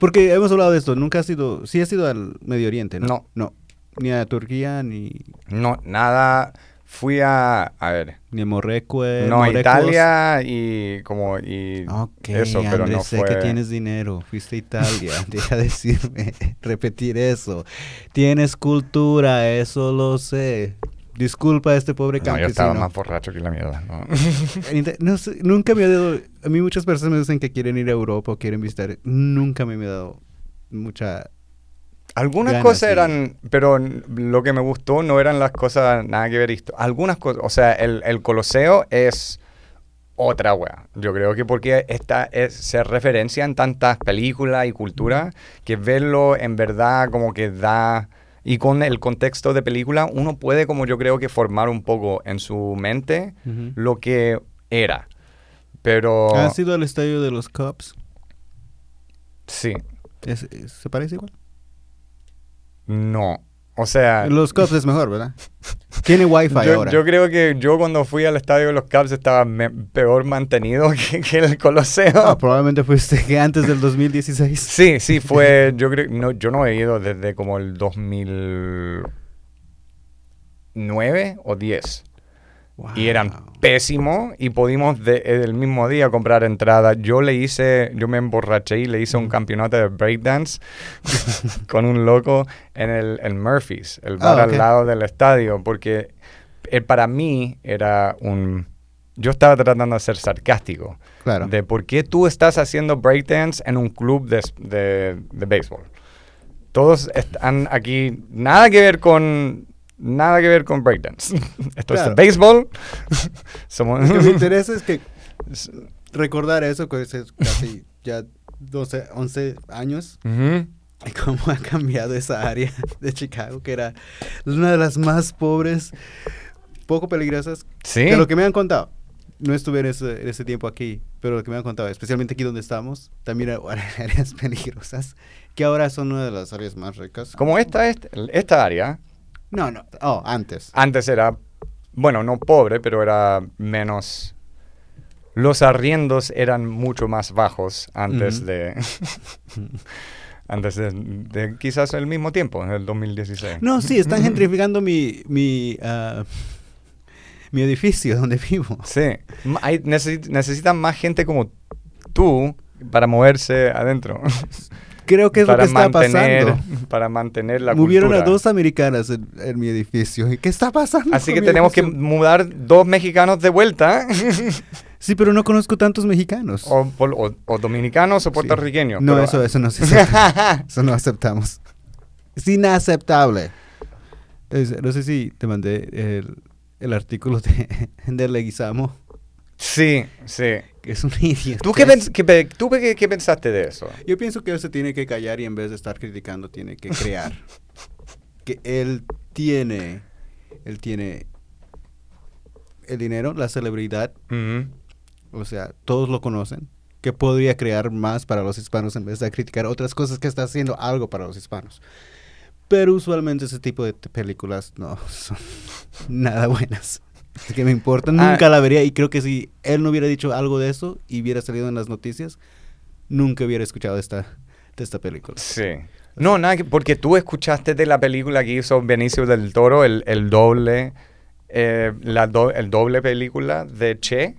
S1: Porque hemos hablado de esto, nunca has sido, sí has ido al Medio Oriente, ¿no?
S2: No.
S1: Ni a Turquía, ni,
S2: No, nada. Fui a. A ver.
S1: ni a Morrecue.
S2: no, a
S1: Morecos.
S2: Italia y como. Y
S1: Ok,
S2: eso, pero
S1: Andrés,
S2: no
S1: sé
S2: fue-
S1: que tienes dinero, fuiste a Italia, deja decirme, repetir eso. Tienes cultura, eso lo sé. Disculpa a este pobre
S2: No, yo estaba
S1: campesino.
S2: más borracho que la mierda. ¿no?
S1: En Ita- no sé, nunca me ha dado, a mí muchas personas me dicen que quieren ir a Europa o quieren visitar, nunca me ha dado mucha...
S2: Algunas
S1: Ganas,
S2: cosas
S1: sí.
S2: eran, pero n- lo que me gustó no eran las cosas nada que ver. esto. Algunas cosas, o sea, el, el Coloseo es otra wea. Yo creo que porque esta es, se referencia en tantas películas y culturas que verlo en verdad como que da... Y con el contexto de película uno puede como yo creo que formar un poco en su mente lo que era. Pero...
S1: ¿Has ido al estadio de los Cubs?
S2: Sí.
S1: ¿Es- es- ¿Se parece igual?
S2: No. O sea...
S1: Los Cubs es mejor, ¿verdad? Tiene wifi
S2: Ah. yo,
S1: ahora.
S2: yo creo que yo cuando fui al estadio de los Cubs estaba me- peor mantenido que, que el Coloseo.
S1: Ah, probablemente fuiste que antes del 2016.
S2: sí, sí, fue. Yo creo, no, yo no he ido desde como el 2009 o 10. Y eran
S1: Wow.
S2: pésimos y pudimos de- eh, el mismo día comprar entradas. Yo le hice, yo me emborraché y le hice un campeonato de breakdance con un loco en el en Murphy's, el bar
S1: Ah,
S2: al
S1: ok.
S2: lado del estadio, porque eh, para mí era un... Yo estaba tratando de ser sarcástico
S1: Claro.
S2: de por qué tú estás haciendo breakdance en un club de, s- de, de béisbol. Todos están aquí, nada que ver con... Nada que ver con breakdance. Esto es
S1: Claro.
S2: de béisbol. Somos...
S1: Lo que me interesa es que recordar eso, que es casi ya 12, 11 años,
S2: Ujú.
S1: y cómo ha cambiado esa área de Chicago, que era una de las más pobres, poco peligrosas,
S2: Sí.
S1: de lo que me han contado. No estuve en ese, en ese tiempo aquí, pero lo que me han contado, especialmente aquí donde estamos, también hay áreas peligrosas, que ahora son una de las áreas más ricas.
S2: Como esta, est- esta área,
S1: No, no, oh, antes.
S2: antes era, bueno, no pobre, pero era menos... Los arriendos eran mucho más bajos antes
S1: Ujú.
S2: de... antes de, de quizás el mismo tiempo, en el 2016.
S1: No, sí, están gentrificando mi, mi, ah, mi edificio donde vivo.
S2: Sí. Ma- hay- necesi- necesitan más gente como tú para moverse adentro.
S1: Creo que es
S2: para
S1: lo que está
S2: mantener,
S1: pasando.
S2: Para mantener la
S1: Movieron
S2: cultura.
S1: a dos americanas en, en mi edificio. ¿Y qué está pasando?
S2: Así
S1: con
S2: que
S1: mi
S2: tenemos que
S1: edificio?
S2: mudar dos mexicanos de vuelta.
S1: Sí, pero no conozco tantos mexicanos.
S2: o, pol- o- o dominicanos o puertorriqueños.
S1: no,
S2: pero-
S1: eso, eso no se acepta. eso no aceptamos. Es inaceptable. Es- no sé si te mandé el, el artículo de, de Leguizamo,
S2: Sí, sí.
S1: que es un idiota.
S2: ¿Tú qué, pens- qué pe- tú qué- qué pensaste de eso?
S1: Yo pienso que él se tiene que callar y en vez de estar criticando tiene que crear. que él tiene, él tiene el dinero, la celebridad,
S2: Ujú.
S1: o sea, todos lo conocen. Que podría crear más para los hispanos en vez de criticar otras cosas que está haciendo algo para los hispanos. Pero usualmente ese tipo de t- películas no son nada buenas. Así que me importa,
S2: Ah.
S1: nunca la vería y creo que si él no hubiera dicho algo de eso y hubiera salido en las noticias, nunca hubiera escuchado esta, de esta película.
S2: Sí. No, nada, que- porque tú escuchaste de la película que hizo Benicio del Toro, el, el doble, eh, la do- el doble película de Che,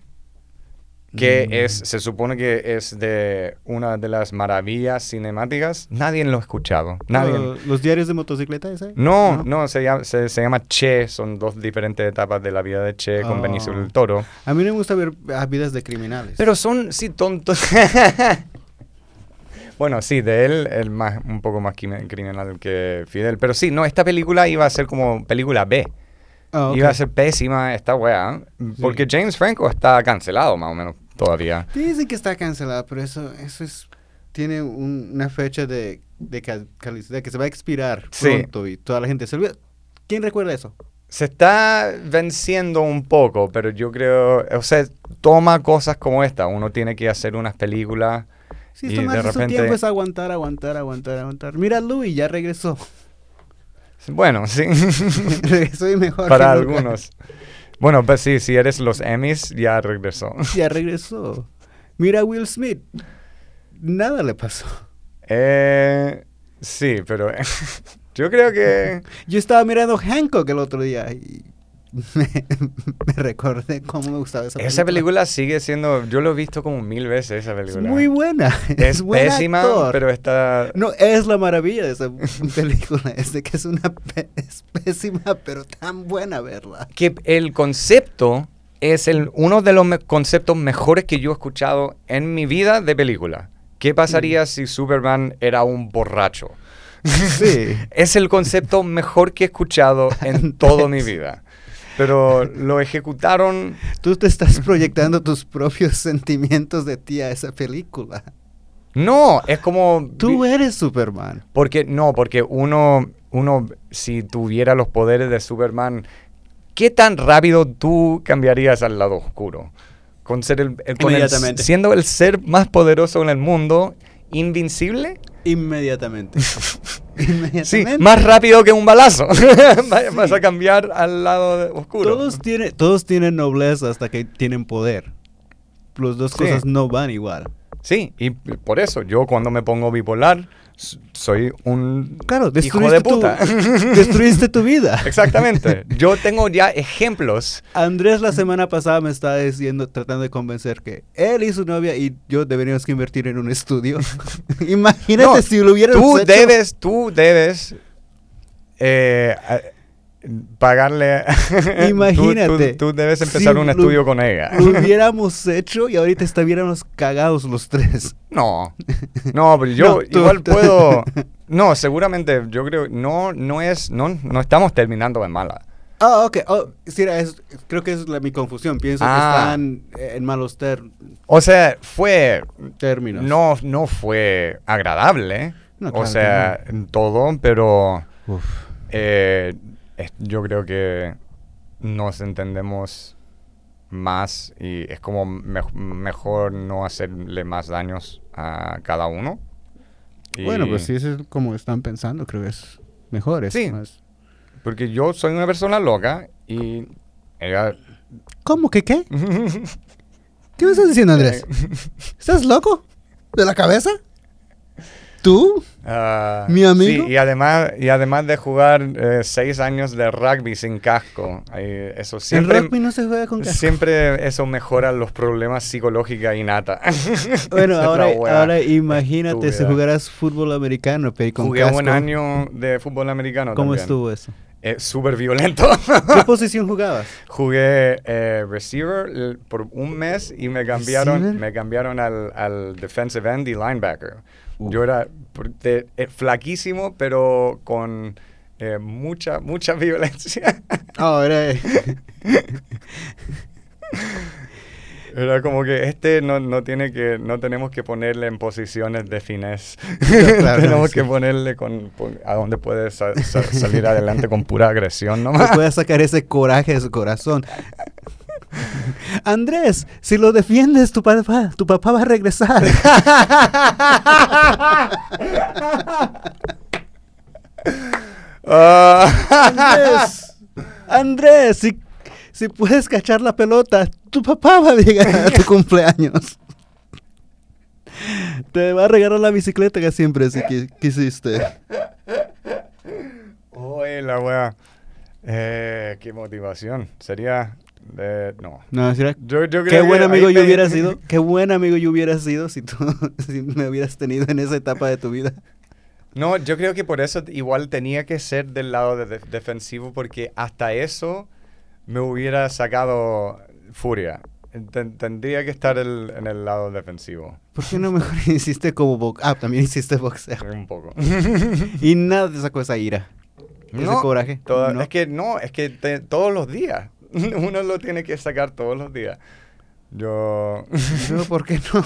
S2: que
S1: Mm.
S2: es, se supone que es de una de las maravillas cinemáticas. Nadie lo ha escuchado. Nadie.
S1: Lo- ¿Los diarios de motocicleta ese?
S2: No, no, se, llama, se, se llama Che, son dos diferentes etapas de la vida de Che con
S1: Oh.
S2: Benicio del Toro.
S1: A mí no me gusta ver ah, vidas de criminales.
S2: Pero son, sí, tontos. bueno, sí, de él, el más, un poco más crime- criminal que Fidel. Pero sí, no, esta película iba a ser como película B.
S1: Ah, ok.
S2: Iba a ser pésima esta wea. ¿eh? Porque James Franco está cancelado, más o menos, todavía.
S1: Dicen que está cancelada, pero eso, eso es tiene un- una fecha de, de ca- caducidad que se va a expirar
S2: Sí.
S1: pronto y toda la gente se olvida. ¿Quién recuerda eso?
S2: Se está venciendo un poco, pero yo creo, o sea, toma cosas como esta. Uno tiene que hacer unas películas.
S1: Sí,
S2: Y
S1: esto más de
S2: de
S1: su
S2: repente-
S1: tiempo es aguantar, aguantar, aguantar, aguantar. Mira, Louis ya regresó.
S2: Bueno, sí.
S1: regresó y mejor.
S2: Para
S1: que nunca.
S2: algunos. Bueno, pues sí, si eres los Emmys, ya regresó.
S1: Ya regresó. Mira, a Will Smith. Nada le pasó.
S2: Eh, sí, pero yo creo que...
S1: Yo estaba mirando Hancock el otro día y me, me recordé cómo me gustaba esa película.
S2: Esa película sigue siendo, yo lo he visto como mil veces esa
S1: es
S2: película.
S1: muy buena.
S2: Es
S1: buen
S2: pésima,
S1: actor.
S2: pero está...
S1: No, es la maravilla de esa película. Es de que es una pe- es pésima, pero tan buena verla.
S2: Que el concepto es el, uno de los me- conceptos mejores que yo he escuchado en mi vida de película. ¿Qué
S1: Mm.
S2: pasaría si Superman era un borracho?
S1: Sí.
S2: Es el concepto mejor que he escuchado en toda mi vida. Pero lo ejecutaron
S1: Tú te estás proyectando tus propios sentimientos de ti a esa película.
S2: No, es como...
S1: Tú eres Superman.
S2: Porque, no, porque uno, uno, si tuviera los poderes de Superman, ¿qué tan rápido tú cambiarías al lado oscuro? Con ser el... el- con el-
S1: Inmediatamente.
S2: siendo el ser más poderoso en el mundo, invincible.
S1: Inmediatamente. Inmediatamente.
S2: Sí, más rápido que un balazo. Va- Vas a cambiar al lado de- oscuro.
S1: Todos, tiene, todos tienen nobleza hasta que tienen poder. Las dos
S2: Sí.
S1: cosas no van igual.
S2: Sí, y por eso yo cuando me pongo bipolar, s- soy un...
S1: Claro, destruiste,
S2: Hijo de puta.
S1: Tu, destruiste tu vida.
S2: Exactamente. Yo tengo ya ejemplos
S1: Andrés la semana pasada me estaba diciendo, tratando de convencer que él y su novia y yo deberíamos que invertir en un estudio. Imagínate
S2: No,
S1: si lo hubieras
S2: tú
S1: hecho.
S2: debes, tú debes eh, a- pagarle. tú-
S1: Imagínate,
S2: Tú, tú debes empezar
S1: si
S2: un
S1: lo-
S2: estudio con ella.
S1: Lo hubiéramos hecho y ahorita estuviéramos cagados los tres.
S2: No, no, pero yo
S1: No, tú-
S2: igual
S1: tú-
S2: puedo. No, seguramente, yo creo, no, no es, no, no estamos terminando de mala.
S1: Ah, ok. Oh, sí, era eso. creo que esa es la- mi confusión. Pienso
S2: Ah.
S1: que están eh, en malos ter-
S2: O sea, fue,
S1: términos.
S2: no, no fue agradable.
S1: No,
S2: o
S1: claro que
S2: sea, en todo, pero
S1: Uf.
S2: Eh, es- yo creo que nos entendemos más y es como me- mejor no hacerle más daños a cada uno. Y-
S1: Bueno, pues si eso es como están pensando, creo que es mejor. Es
S2: Sí.
S1: más-
S2: Porque yo soy una persona loca y ella-
S1: ¿Cómo que qué? ¿Qué me estás diciendo, Andrés? ¿Estás loco? ¿De la cabeza? ¿Tú?
S2: Ah,
S1: ¿Mi amigo?
S2: sí, y además y además de jugar eh, seis años de rugby sin casco, eh, eso siempre
S1: el rugby no se juega con casco.
S2: siempre eso mejora los problemas psicológicos innata.
S1: Bueno,
S2: Esa es
S1: ahora,
S2: la wea.
S1: ahora imagínate si
S2: estúpida.
S1: jugaras fútbol americano, pero con
S2: Jugué
S1: casco.
S2: un año de fútbol americano.
S1: ¿Cómo
S2: también.
S1: estuvo eso?
S2: Eh, Súper violento.
S1: ¿Qué posición jugabas?
S2: Jugué eh, receiver l- por un mes y me cambiaron,
S1: ¿Receiver?
S2: me cambiaron al, al defensive end y linebacker.
S1: Uh.
S2: Yo era por- de- eh, flaquísimo, pero con eh, mucha, mucha violencia.
S1: Ahora, eh,
S2: Era como que este no, no tiene que, no tenemos que ponerle en posiciones de finés.
S1: claro,
S2: tenemos
S1: sí.
S2: que ponerle con, pon- a donde puede sa- sa- salir adelante con pura agresión
S1: no
S2: nomás.
S1: puedes sacar ese coraje de su corazón. Andrés, si lo defiendes, tu papá, tu papá va a regresar.
S2: Ah.
S1: Andrés, Andrés, si, si puedes cachar la pelota, tu papá va a llegar a tu cumpleaños. Te va a regalar la bicicleta que siempre sí qui- quisiste.
S2: Oye, la wea. Eh, qué motivación. Sería. de- no.
S1: No, será-
S2: Yo, yo
S1: Qué
S2: creo
S1: buen
S2: que
S1: amigo
S2: ahí
S1: yo
S2: me-
S1: hubiera sido. Qué buen amigo yo hubiera sido si tú si me hubieras tenido en esa etapa de tu vida.
S2: No, yo creo que por eso igual tenía que ser del lado de- de- defensivo, porque hasta eso me hubiera sacado furia. Ten- tendría que estar el- en el lado defensivo.
S1: ¿Por qué no mejor hiciste como box? Ah, también hiciste boxeo.
S2: Un poco.
S1: Y nada te sacó esa ira. Ese
S2: No,
S1: coraje.
S2: toda-
S1: no.
S2: Es que no, es que te- todos los días. Uno lo tiene que sacar todos los días. Yo...
S1: No, ¿por qué no?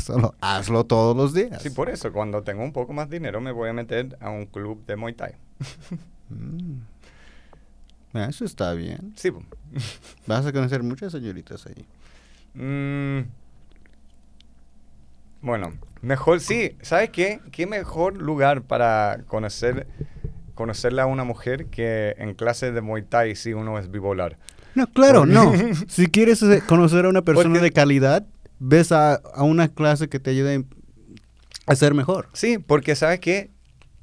S1: Solo hazlo todos los días.
S2: Sí, por eso, cuando tengo un poco más dinero me voy a meter a un club de Muay Thai.
S1: Mm. Ah, Eso está bien.
S2: Sí. po.
S1: Vas a conocer muchas señoritas allí.
S2: Mm. Bueno, mejor sí. ¿Sabes qué? ¿Qué mejor lugar para conocer conocerle a una mujer que en clases de Muay Thai si uno es bipolar?
S1: No, claro,
S2: Porque-
S1: no. Si quieres eh, conocer a una persona
S2: Porque-
S1: de calidad, ves a, a una clase que te ayude a ser mejor.
S2: Sí, porque ¿sabes qué?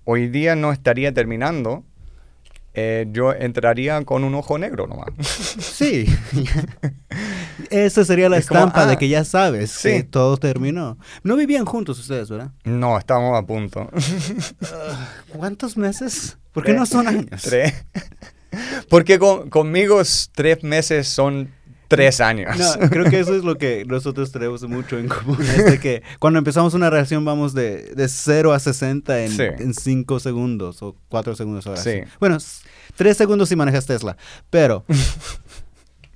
S2: Hoy día no estaría terminando. Eh, yo entraría con un ojo negro nomás.
S1: Sí. Esa sería la
S2: Es como,
S1: estampa de
S2: ah,
S1: que ya sabes que
S2: sí.
S1: todo terminó. No vivían juntos ustedes, ¿verdad?
S2: no, estamos a punto.
S1: ¿Cuántos meses? ¿Por qué
S2: Tres.
S1: no son años?
S2: Tres. Porque con- conmigo s- tres meses son tres años.
S1: No, creo que eso es lo que nosotros tenemos mucho en común. Es de que cuando empezamos una relación vamos de, de 0 a 60
S2: Sí.
S1: en 5 segundos o 4 segundos ahora.
S2: Sí.
S1: Sí. Bueno, 3 segundos si manejas Tesla. Pero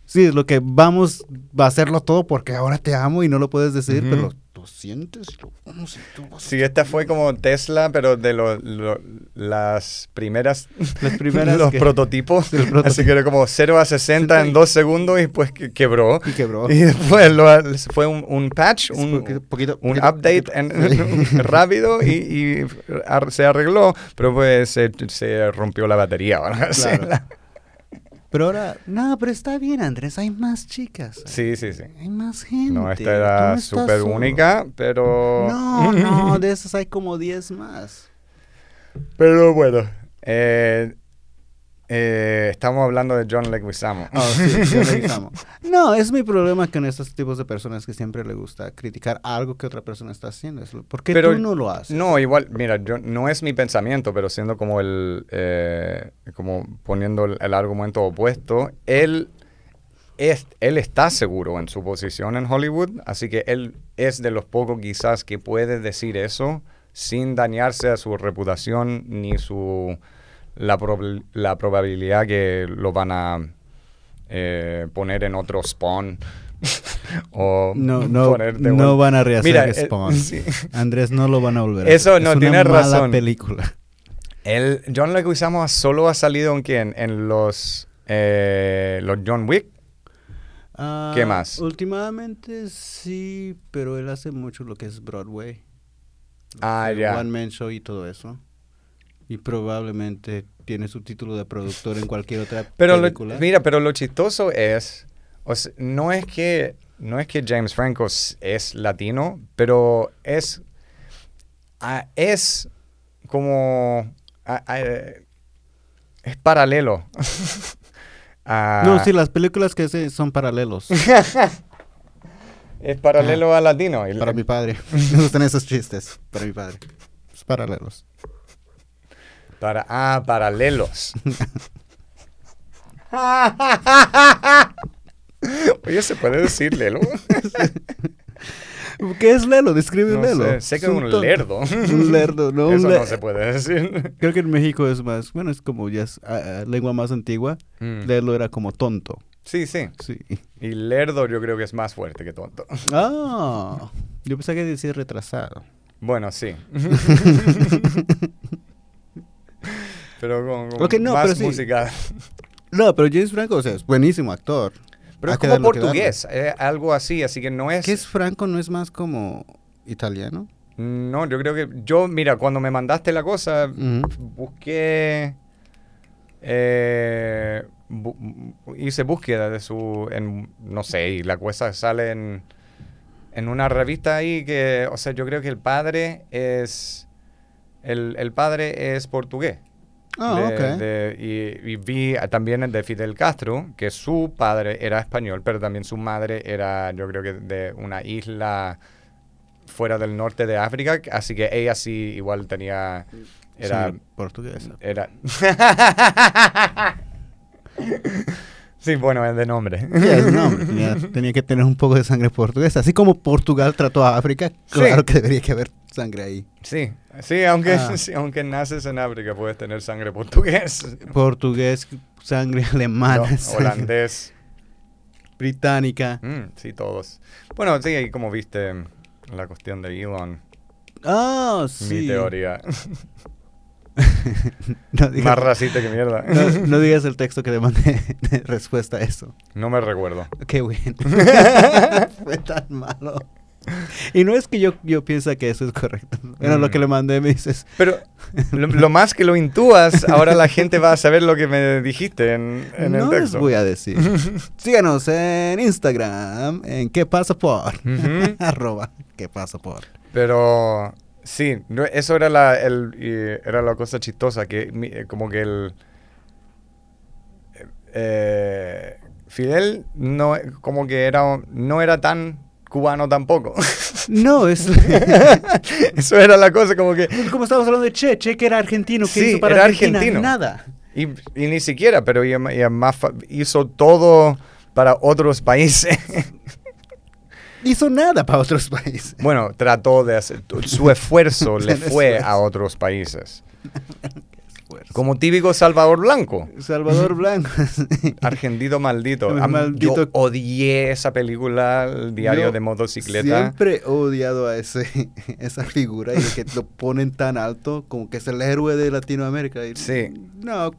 S1: sí, es lo que vamos va a hacerlo todo porque ahora te amo y no lo puedes decir,
S2: Ujú.
S1: pero lo, lo sientes y lo amas y tú vas a-
S2: Sí, esta fue como Tesla, pero de lo- lo- las primeras,
S1: Las primeras
S2: los
S1: que-
S2: prototipos.
S1: Los prototipo-
S2: Así que era como 0 a 60 en
S1: Sí.
S2: dos segundos y pues que- quebró.
S1: y quebró.
S2: Y después lo- fue un, un patch,
S1: Es
S2: un,
S1: poqui- poquito-
S2: un
S1: poquito-
S2: update en-
S1: Sí.
S2: rápido y, y ar- se arregló, pero pues se, se rompió la batería. ¿verdad? Sí,
S1: Claro.
S2: la-
S1: Pero ahora, no, pero está bien, Andrés, hay más chicas.
S2: Sí, sí, sí.
S1: Hay más gente.
S2: No,
S1: tú
S2: esta
S1: no
S2: era
S1: estás
S2: súper
S1: solo.
S2: única, pero...
S1: No, no, de esas hay como 10 más.
S2: Pero bueno. eh, eh, estamos hablando de John Leguizamo.
S1: Ah, sí, ya revisamos. No, es mi problema con estos tipos de personas que siempre le gusta criticar algo que otra persona está haciendo. Es lo- ¿Por qué
S2: Pero-
S1: tú no lo haces?
S2: No, igual, mira, yo, no es mi pensamiento, pero siendo como el, eh, como poniendo el, el argumento opuesto, él, es, él está seguro en su posición en Hollywood, así que él es de los pocos quizás que puede decir eso sin dañarse a su reputación ni su la, prob- la probabilidad que lo van a eh, poner en otro spawn o
S1: No, no,
S2: poner de
S1: no
S2: vuelta.
S1: van a rehacer
S2: Mira, eh,
S1: Spawn.
S2: sí.
S1: Andrés, no lo van a volver a
S2: Eso,
S1: hacer.
S2: no,
S1: es una
S2: tienes
S1: mala
S2: razón.
S1: película.
S2: El John Leguizamo ha- solo ha salido en quién? En los eh, los John Wick.
S1: Ah,
S2: ¿Qué más?
S1: Últimamente sí, pero él hace mucho lo que es Broadway.
S2: Ah,
S1: el
S2: ya.
S1: One Man Show y todo eso. Y probablemente tiene su título de productor en cualquier otra
S2: Pero lo-
S1: película.
S2: mira, pero lo chistoso es, o sea, no es que no es que James Franco s- es latino, pero es ah, es como ah, ah, eh, es paralelo. a-
S1: No, sí, las películas que hace son paralelos.
S2: es paralelo a latino. Y-
S1: Ah. para mi padre. Me gustan esos chistes. Para mi padre. Es paralelos.
S2: Para, ah, paralelos. Oye, ¿se puede decir lelo?
S1: ¿Qué es Lelo? Describe
S2: No
S1: Lelo.
S2: sé, sé que
S1: Es
S2: es un
S1: tonto.
S2: lerdo.
S1: Un lerdo, ¿no? Un
S2: Eso
S1: le-
S2: no se puede decir.
S1: Creo que en México es más. Bueno, es como ya es ah, ah, lengua más antigua.
S2: Mm.
S1: Lelo era como tonto.
S2: Sí, sí.
S1: Sí.
S2: Y lerdo yo creo que es más fuerte que tonto.
S1: Ah. Yo pensaba que decía retrasado.
S2: Bueno, sí. pero con, con
S1: Ok, no,
S2: más
S1: pero sí.
S2: música.
S1: No, pero James Franco, o sea, es buenísimo actor.
S2: Pero
S1: Hay
S2: es
S1: que
S2: como
S1: darle que darle.
S2: portugués, eh, algo así, así que no es...
S1: Ah, ¿Qué es Franco? ¿No es más como italiano?
S2: No, yo creo que... Yo, mira, cuando me mandaste la cosa,
S1: Ujú.
S2: busqué. eh, bu- hice búsqueda de su. En, no sé, y la cosa sale en, en una revista ahí que. O sea, yo creo que el padre es. El, el padre es portugués.
S1: Ah,
S2: De-
S1: ok.
S2: de- y, y vi a- también el de Fidel Castro, que su padre era español, pero también su madre era, yo creo que de una isla fuera del norte de África, así que ella sí igual tenía... Era,
S1: Señor portuguesa.
S2: era... sí, bueno, es de nombre.
S1: Yes, no, hombre, tenía, tenía que tener un poco de sangre portuguesa. Así como Portugal trató a África, claro que debería que haber sangre ahí.
S2: Sí, sí, aunque,
S1: Ah.
S2: sí, aunque naces en África puedes tener sangre portugués,
S1: Portugués, sangre
S2: No,
S1: alemana. sangre-
S2: holandés.
S1: británica.
S2: Mm, sí, todos. Bueno, sí, ahí como viste la cuestión de Elon,
S1: Ah, sí.
S2: mi teoría.
S1: no, digas,
S2: Más racista que mierda.
S1: no, no digas el texto que te mandé de respuesta a eso.
S2: No me recuerdo.
S1: Qué bueno. Fue tan malo. Y no es que yo, yo piensa que eso es correcto. Era lo
S2: Mm.
S1: que le mandé, me dices.
S2: Pero lo, lo más que lo intúas, ahora la gente va a saber lo que me dijiste en, en el
S1: no les
S2: texto.
S1: voy a decir. Síganos en Instagram, en qué pasa por.
S2: Ujú.
S1: Arroba qué pasa por.
S2: Pero sí, no, eso era la, el, eh, era la cosa chistosa, que mi- eh, como que el... eh, Fidel no, como que era, no era tan cubano tampoco.
S1: No, es.
S2: eso era la cosa, como que...
S1: Como estábamos hablando de Che, Che que era argentino, que
S2: Sí,
S1: hizo para
S2: era
S1: Argentina?
S2: argentino.
S1: Nada.
S2: Y, y ni siquiera, pero ella, ella más fa- hizo todo para otros países.
S1: Hizo nada para otros países.
S2: bueno, trató de hacer... Su esfuerzo le
S1: El
S2: fue a
S1: esfuerzo.
S2: otros países. Como típico Salvador Blanco.
S1: Salvador Blanco.
S2: Argentino maldito.
S1: El
S2: Am-
S1: maldito-
S2: Yo odié esa película, el diario
S1: Yo
S2: de motocicleta.
S1: Siempre he odiado a ese, esa figura y de que lo ponen tan alto como que es el héroe de Latinoamérica. Y-
S2: Sí.
S1: No,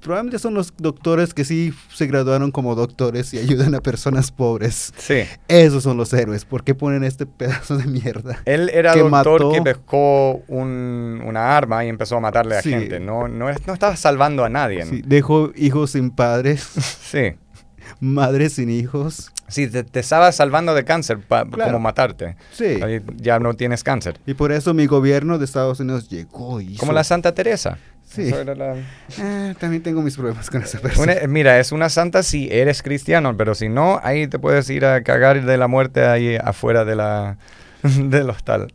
S1: probablemente son los doctores que sí se graduaron como doctores y ayudan a personas pobres.
S2: Sí.
S1: Esos son los héroes. ¿Por qué ponen este pedazo de mierda?
S2: Él era
S1: Que
S2: doctor
S1: mató-
S2: que pescó un- una arma y empezó a matarle a
S1: Sí.
S2: gente. No, no, es- no estaba salvando a nadie.
S1: Sí,
S2: Sí.
S1: dejó hijos sin padres,
S2: Sí,
S1: madres sin hijos.
S2: te, te estaba salvando de cáncer pa-
S1: Claro.
S2: como matarte.
S1: Sí.
S2: Ahí Ya no tienes cáncer.
S1: Y por eso mi gobierno de Estados Unidos llegó y hizo...
S2: Como la Santa Teresa.
S1: Sí. Pues
S2: Eso era la-
S1: Ah, también tengo mis problemas con esa persona.
S2: Una- mira, es una santa si eres cristiano, pero si no, ahí te puedes ir a cagar de la muerte ahí afuera de la, del hostal.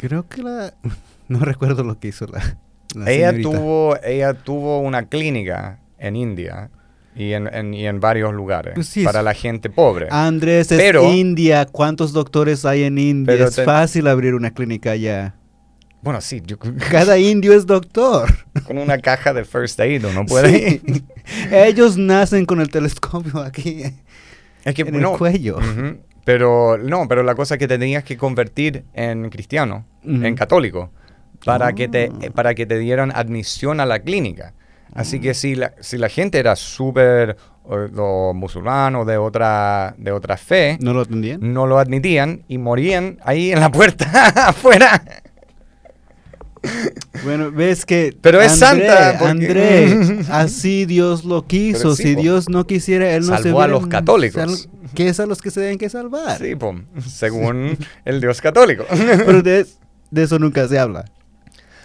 S1: Creo que la... No recuerdo lo que hizo la... la
S2: ella
S1: señorita.
S2: tuvo ella tuvo una clínica en India y en, en- y en varios lugares
S1: Pues sí, es-
S2: para
S1: Ah.
S2: la gente pobre.
S1: Andrés, es
S2: Pero-
S1: India. ¿Cuántos doctores hay en India?
S2: Pero
S1: es
S2: te-
S1: fácil abrir una clínica allá.
S2: Bueno, sí, yo-
S1: Cada indio es doctor.
S2: con una caja de first aid uno puede
S1: Sí. Ellos nacen con el telescopio aquí
S2: Es que
S1: en el
S2: no.
S1: cuello.
S2: Ujú. Pero no, pero la cosa es que te tenías que convertir en cristiano,
S1: Ujú.
S2: en católico, para,
S1: Ah.
S2: que te, eh, para que te dieran admisión a la clínica.
S1: Ah.
S2: Así que si la, si la gente era súper o- o musulmán o de otra, de otra fe,
S1: ¿No lo atendían?
S2: no lo admitían y morían ahí en la puerta afuera.
S1: Bueno, ves que.
S2: Pero es
S1: André,
S2: santa, porque-
S1: André, así Dios lo quiso.
S2: Pero sí,
S1: si
S2: po.
S1: Dios no quisiera, él no se
S2: Salvó a
S1: hubiera-
S2: los católicos.
S1: sal- Que es a los que se deben que salvar.
S2: Sí, pum, según el Dios católico.
S1: Pero de, de eso nunca se habla.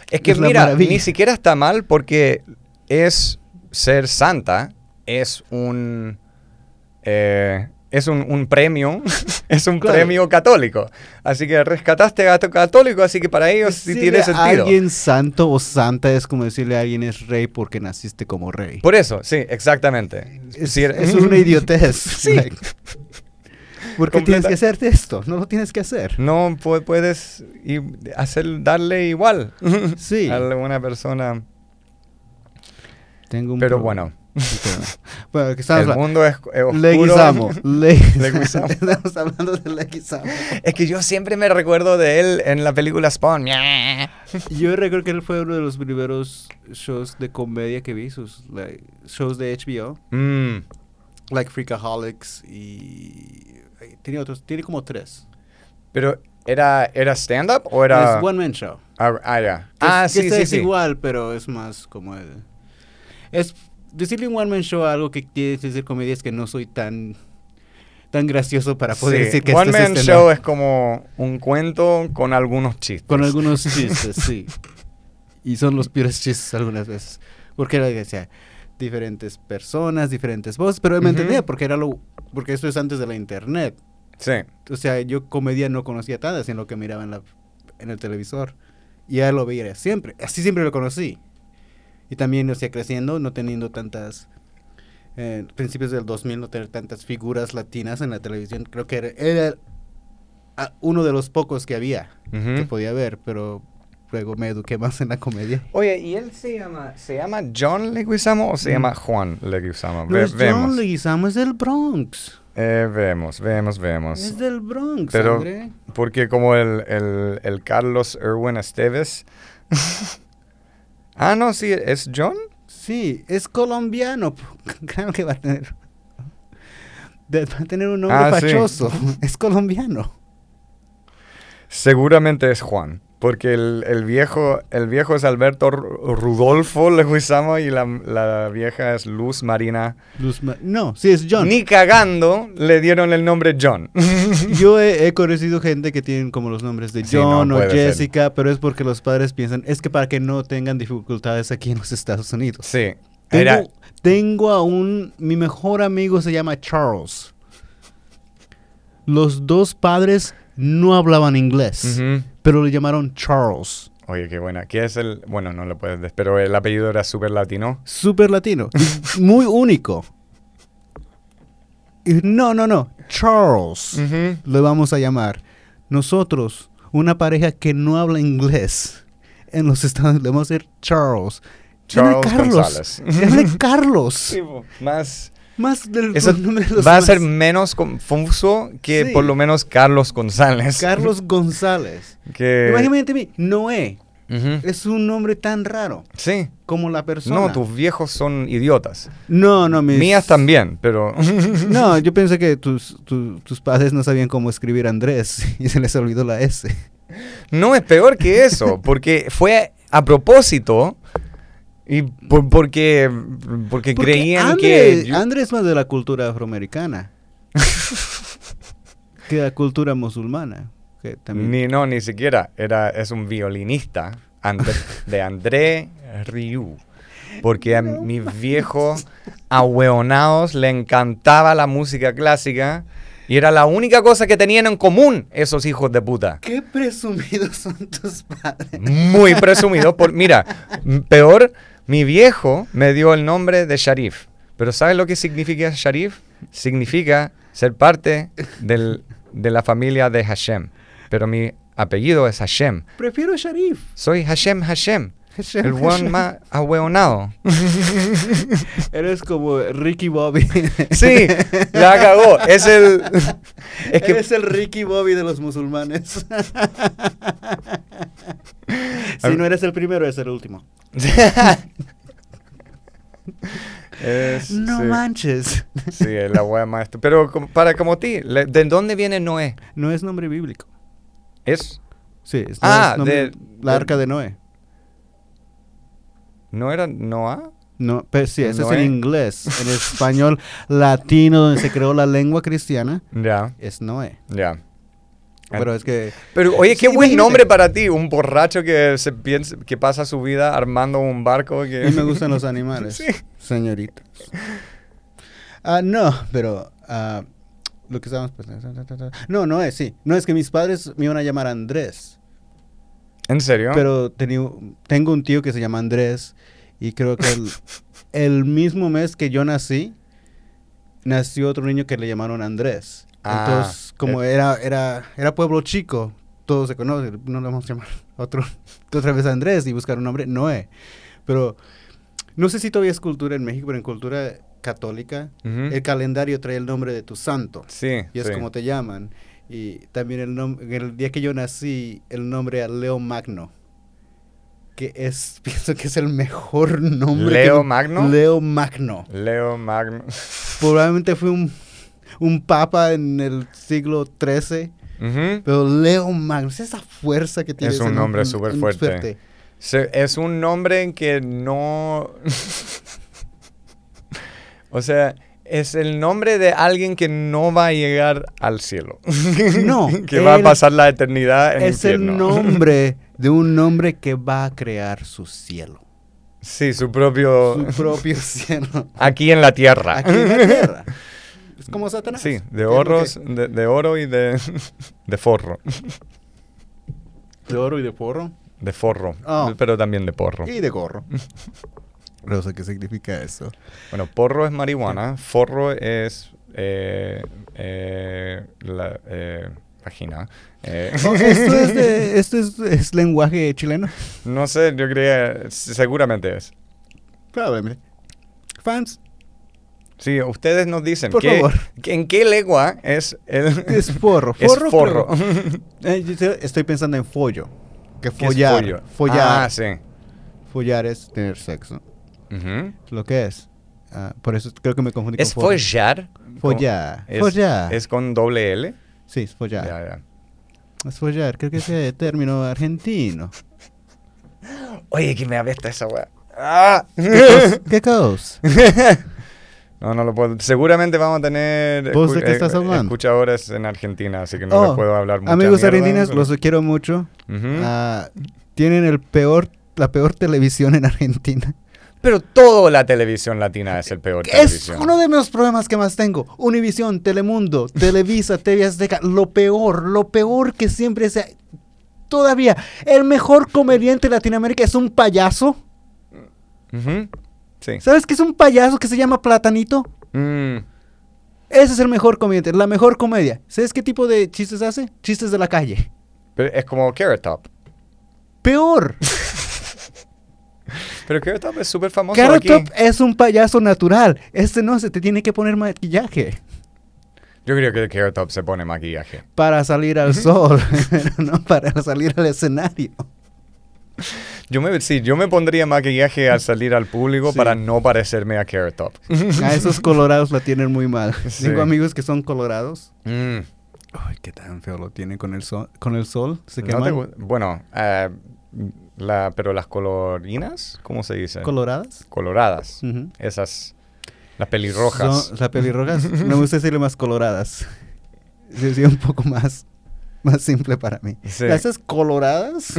S2: es que
S1: es la
S2: mira,
S1: maravilla.
S2: ni siquiera está mal porque es ser santa, es un eh, es un, un premio, es un
S1: Claro.
S2: premio católico. Así que rescataste a tu católico, así que para ellos sí tiene
S1: Decirle a
S2: sentido.
S1: Alguien santo o santa es como decirle a alguien es rey porque naciste como rey.
S2: Por eso, sí, exactamente.
S1: Es,
S2: Si era-
S1: es una idiotez.
S2: Sí.
S1: Like, ¿Por qué tienes
S2: Completa-
S1: que hacerte esto? No lo tienes que hacer.
S2: No pu- puedes y hacer, darle igual
S1: Sí.
S2: a una persona.
S1: Tengo un
S2: Pero
S1: problema.
S2: bueno,
S1: Un problema. Bueno, que
S2: el
S1: estamos hablando-
S2: mundo es es oscuro.
S1: Leguizamo. Leguizamo.
S2: Leguizamo.
S1: Estamos hablando de Leguizamo.
S2: Es que yo siempre me recuerdo de él en la película Spawn.
S1: Yo recuerdo que él fue uno de los primeros shows de comedia que vi, sus like, shows de HBO,
S2: Mm,
S1: like Freakaholics y... ay, Tiene otros, tiene como tres.
S2: Pero, ¿era, era stand-up o era...?
S1: Es One Man Show.
S2: Ah, ah, ya.
S1: Pues, Que
S2: Ah,
S1: es, que
S2: sí,
S1: este
S2: sí,
S1: es
S2: sí.
S1: igual, pero es más como el- Es decirle un one man show a algo que quiere decir comedia es que no soy tan tan gracioso para poder
S2: Sí,
S1: decir que
S2: One
S1: esto es
S2: Man
S1: stand-up.
S2: Show es como un cuento con algunos chistes.
S1: con algunos chistes, sí. Y son los peores chistes algunas veces, porque era que sea diferentes personas, diferentes voces, pero me
S2: Ujú.
S1: entendía porque era lo porque esto es antes de la internet.
S2: Sí.
S1: O sea, yo comedia no conocía tantas en lo que miraba en, la, en el televisor. Y ya lo veía siempre. Así siempre lo conocí. Y también, o sea, creciendo, no teniendo tantas... eh, principios del 2000, no tener tantas figuras latinas en la televisión. Creo que era, era, ah, uno de los pocos que había,
S2: Ujú.
S1: que podía ver, pero luego me eduqué más en la comedia.
S2: Oye, ¿y él se llama, se llama John Leguizamo o se
S1: Mm.
S2: llama Juan Leguizamo?
S1: No
S2: Ve-
S1: es John
S2: vemos.
S1: Leguizamo, es del Bronx.
S2: Eh, vemos, vemos, vemos.
S1: Es del Bronx,
S2: Pero-
S1: André.
S2: Porque como el, el, el Carlos Erwin Esteves. ah, no, sí, es John.
S1: Sí, es colombiano. po. Claro que va a tener. de- Va a tener un nombre
S2: Ah, sí.
S1: fachoso. Es colombiano.
S2: Seguramente es Juan. Porque el, el viejo, el viejo es Alberto Ru- Rudolfo Leguizamo y la, la vieja es Luz Marina.
S1: Luz Ma- No, sí, es John.
S2: Ni cagando le dieron el nombre John.
S1: Yo he, he conocido gente que tienen como los nombres de
S2: Sí, no,
S1: John o
S2: puede ser.
S1: Jessica, pero es porque los padres piensan, es que para que no tengan dificultades aquí en los Estados Unidos.
S2: sí.
S1: Tengo,
S2: Era,
S1: tengo a un. Mi mejor amigo se llama Charles. Los dos padres no hablaban inglés,
S2: Ujú.
S1: pero le llamaron Charles.
S2: Oye, qué buena. ¿Qué es el...? Bueno, no lo puedes decir, pero el apellido era súper latino.
S1: Súper latino. y muy único. Y No, no, no. Charles. Le vamos a llamar. Nosotros, una pareja que no habla inglés en los Estados Unidos, le vamos a decir Charles. Llama
S2: Charles
S1: Carlos.
S2: González.
S1: Llama Carlos.
S2: Más...
S1: Más del
S2: Eso
S1: nombre de los
S2: va a
S1: más.
S2: ser menos confuso que
S1: Sí.
S2: por lo menos Carlos González.
S1: Carlos González.
S2: que...
S1: Imagínate a mí, Noé.
S2: Ujú.
S1: Es un nombre tan raro
S2: Sí.
S1: como la persona.
S2: No, tus viejos son idiotas.
S1: No, no, mis...
S2: Mías también, pero...
S1: No, yo pensé que tus, tu- tus padres no sabían cómo escribir Andrés y se les olvidó la S.
S2: No, es peor que eso, porque fue a propósito y por- porque, porque
S1: Porque
S2: creían
S1: Andrés,
S2: que... yo-
S1: Andrés es más de la cultura afroamericana que la cultura musulmana. Que también...
S2: Ni no, ni siquiera. Era, es un violinista Andr- de André Rieu. Porque a
S1: No
S2: mis viejos ahueonados le encantaba la música clásica y era la única cosa que tenían en común esos hijos de puta.
S1: Qué presumidos son tus padres.
S2: Muy presumido. Por, mira, m- peor, mi viejo me dio el nombre de Sharif. Pero ¿sabes lo que significa Sharif? Significa ser parte del- de la familia de Hashem. Pero mi apellido es Hashem.
S1: Prefiero Sharif.
S2: Soy Hashem Hashem,
S1: Hashem,
S2: el
S1: Hashem.
S2: one más ahueonado.
S1: Eres como Ricky Bobby.
S2: Sí, la cagó. Es el. Es que
S1: Eres el Ricky Bobby de los musulmanes. si no eres el primero, eres el último.
S2: Es- sí,
S1: manches.
S2: Sí, es la wea más. estu- Pero como- para como ti, le- ¿de dónde viene Noé?
S1: No es nombre bíblico.
S2: Es.
S1: Sí, es,
S2: Ah,
S1: es nombre-
S2: de-
S1: la
S2: de-
S1: arca de Noé.
S2: ¿No era Noah?
S1: No, pero sí, eso es
S2: Noé.
S1: en inglés. En español latino, donde se creó la lengua cristiana,
S2: Ya,
S1: es Noé.
S2: ya. Ah.
S1: Pero es que
S2: Pero oye, qué
S1: Sí,
S2: buen
S1: imagínate.
S2: nombre para ti. Un borracho que, se piensa, que pasa su vida armando un barco. Que...
S1: a mí me gustan los animales,
S2: Sí.
S1: señoritas. Ah, no, pero ah, lo que estábamos pensando. No, Noé, sí. No, es que mis padres me iban a llamar Andrés.
S2: ¿En serio?
S1: Pero teni- tengo un tío que se llama Andrés y creo que el, el mismo mes que yo nací, nació otro niño que le llamaron Andrés.
S2: Ah,
S1: Entonces, como
S2: eh.
S1: era, era, era pueblo chico, todos se conocen, no le vamos a llamar otro, otra vez Andrés y buscar un nombre, Noé. Pero no sé si todavía es cultura en México, pero en cultura católica,
S2: Ujú.
S1: el calendario trae el nombre de tu santo
S2: Sí.
S1: eh, y es
S2: sí.
S1: como te llaman. Y también el, nom- el día que yo nací, el nombre era Leo Magno. Que es, pienso que es el mejor nombre. que-
S2: ¿Leo Magno?
S1: Leo Magno.
S2: Leo Magno.
S1: Probablemente fue un, un papa en el siglo XIII,
S2: Ujú.
S1: pero Leo Magno, es esa fuerza que tiene.
S2: Es
S1: ese
S2: un nombre
S1: nom-
S2: súper
S1: un-
S2: fuerte. Se- es un nombre en que no... o sea, es el nombre de alguien que no va a llegar al cielo.
S1: No,
S2: que va a
S1: él-
S2: pasar la eternidad en
S1: Es
S2: infierno.
S1: el nombre de un nombre que va a crear su cielo.
S2: sí, su propio...
S1: Su propio cielo.
S2: Aquí en la tierra.
S1: Aquí en la tierra. Es como Satanás.
S2: Sí,
S1: que es
S2: de
S1: lo
S2: oros,
S1: que-
S2: de, de oro y de, de forro.
S1: De oro y de porro.
S2: De forro,
S1: Oh.
S2: pero también de porro.
S1: Y de gorro. No sé qué significa eso.
S2: Bueno, porro es marihuana, forro es eh, eh, la- eh, vagina. eh,
S1: Oh, ¿Esto, es, de- esto es- es lenguaje chileno?
S2: no sé, yo creía, seguramente es.
S1: Probablemente. Fans,
S2: Sí, ustedes nos dicen
S1: Por
S2: qué-
S1: favor.
S2: que- en qué lengua es el
S1: es forro.
S2: es
S1: Forro,
S2: forro.
S1: creo. Eh, yo te- estoy pensando en follo. Que follar.
S2: ¿Qué es follo?
S1: Follar.
S2: Ah, sí.
S1: Follar es tener sexo.
S2: Ujú.
S1: Es Lo que es. Ah, por eso creo que me confundí
S3: ¿Es
S1: con follo.
S3: follar?
S1: Follar.
S2: Es,
S1: follar.
S2: es con doble L.
S1: sí, es follar.
S2: Ya,
S1: Es follar. Creo que es el término argentino.
S2: Oye, que me apesta esa weá. Ah.
S1: ¿Qué caos?
S2: No, no lo puedo. Seguramente vamos a tener
S1: ¿Vos de
S2: escu-
S1: qué estás
S2: eh,
S1: hablando?
S2: escuchadores en Argentina, así que no
S1: Oh,
S2: les puedo hablar mucho.
S1: Amigos argentinos, los quiero mucho. Ah, tienen el peor, la peor televisión en Argentina.
S2: Pero toda la televisión latina es el peor
S1: Ah. Es
S2: televisión.
S1: uno de los problemas que más tengo. Univisión, Telemundo, Televisa, TV Azteca, lo peor, lo peor que siempre se... Todavía, el mejor comediante de Latinoamérica es un payaso.
S2: Ujú. Sí.
S1: ¿Sabes qué es un payaso que se llama Platanito?
S2: Mm.
S1: Ese es el mejor comediante, la mejor comedia. ¿Sabes qué tipo de chistes hace? Chistes de la calle.
S2: Pero es como Carrot Top.
S1: Peor.
S2: Pero Carrot Top es súper famoso
S1: Carrot
S2: aquí.
S1: Top es un payaso natural. Este no se te tiene que poner maquillaje
S2: Yo creo que Carrot Top se pone maquillaje.
S1: para salir al sol, no para salir al escenario.
S2: Yo me, sí, yo me pondría maquillaje al salir al público
S1: Sí.
S2: para no parecerme a Carrot Top.
S1: A esos colorados la tienen muy mal.
S2: Sí.
S1: Tengo amigos que son colorados.
S2: Mm.
S1: Ay, qué tan feo lo tienen con el sol. Con el sol se
S2: ¿No
S1: queman.
S2: te gu- bueno, eh, la, pero las colorinas, ¿cómo se dice?
S1: ¿Coloradas?
S2: Coloradas.
S1: Ujú.
S2: Esas, las pelirrojas.
S1: Mm. Son- las pelirrojas. no me gusta decirle más coloradas. Sí, sí, un poco más, más simple para mí.
S2: Sí.
S1: Las esas coloradas.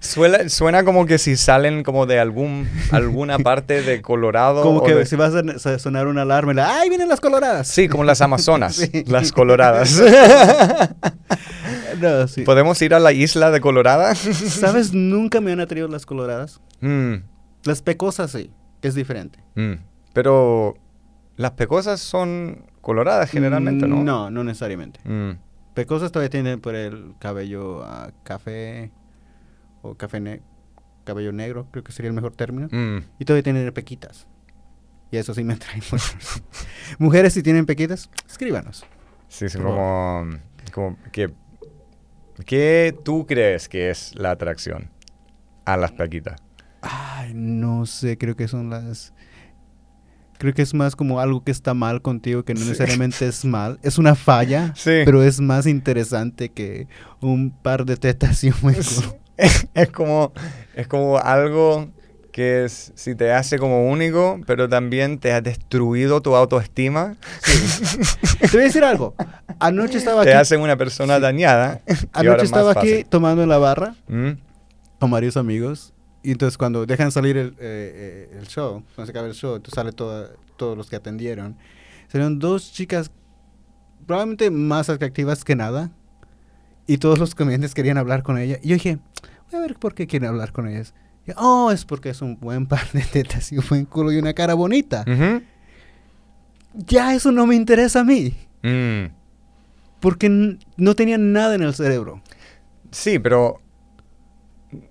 S2: Suela- suena como que si salen como de algún, alguna parte de Colorado.
S1: Como
S2: o
S1: que
S2: de-
S1: si vas a n- a sonar una alarma, la, ¡ay, vienen las coloradas!
S2: Sí, como las Amazonas,
S1: Sí.
S2: las coloradas.
S1: No, sí.
S2: ¿Podemos ir a la isla de Colorada?
S1: ¿Sabes? Nunca me han atraído las coloradas.
S2: Mm,
S1: Las pecosas sí, que es diferente.
S2: mm. Pero las pecosas son coloradas generalmente, ¿no?
S1: No, no necesariamente.
S2: Mm,
S1: Pecosas todavía tienen por el cabello ah, café o café ne- cabello negro, creo que sería el mejor término.
S2: mm.
S1: Y todavía tienen pequitas. Y eso sí me atrae mucho. Mujeres si tienen pequitas, escríbanos.
S2: Sí, son
S1: Pero-
S2: como, como que... ¿Qué tú crees que es la atracción a las pequitas?
S1: Ay, no sé, creo que son las... Creo que es más como algo que está mal contigo, que no
S2: Sí.
S1: necesariamente es mal. Es una falla,
S2: Sí.
S1: pero es más interesante que un par de tetas y un hueco.
S2: es como es como algo que es, si te hace como único, pero también te ha destruido tu autoestima,
S1: Te voy a decir algo. Anoche estaba
S2: te
S1: aquí,
S2: hace una persona dañada. y ahora
S1: anoche
S2: es más
S1: estaba aquí
S2: fácil.
S1: tomando en la barra
S2: ¿Mm?
S1: con varios amigos. Y entonces cuando dejan salir el, eh, eh, el show, cuando se acaba el show, entonces sale toda- todos los que atendieron. Salieron dos chicas probablemente más atractivas que nada. Y todos los comediantes querían hablar con ella. Y yo dije, voy a ver por qué quieren hablar con ellas. Y, oh, es porque es un buen par de tetas y un buen culo y una cara bonita.
S2: Ujú.
S1: Ya eso no me interesa a mí.
S2: Mm.
S1: Porque n- no tenía nada en el cerebro.
S2: Sí, pero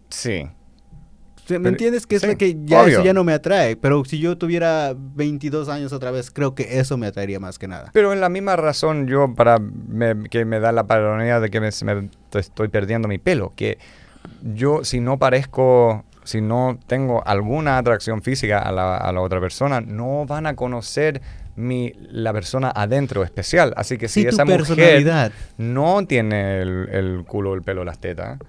S2: sí.
S1: O sea, ¿Me
S2: Pero-
S1: entiendes? Que es
S2: sí,
S1: lo que ya, eso
S2: obvio.
S1: ya no me atrae. Pero si yo tuviera 22 años otra vez, creo que eso me atraería más que nada.
S2: Pero en la misma razón yo para me- que me da la paranoia de que me, se me- te estoy perdiendo mi pelo, que yo si no parezco, si no tengo alguna atracción física a la, a la otra persona, no van a conocer mi, la persona adentro especial. Así que si
S1: Sí, tu
S2: esa mujer
S1: personalidad.
S2: no tiene el, el culo, el pelo, las tetas,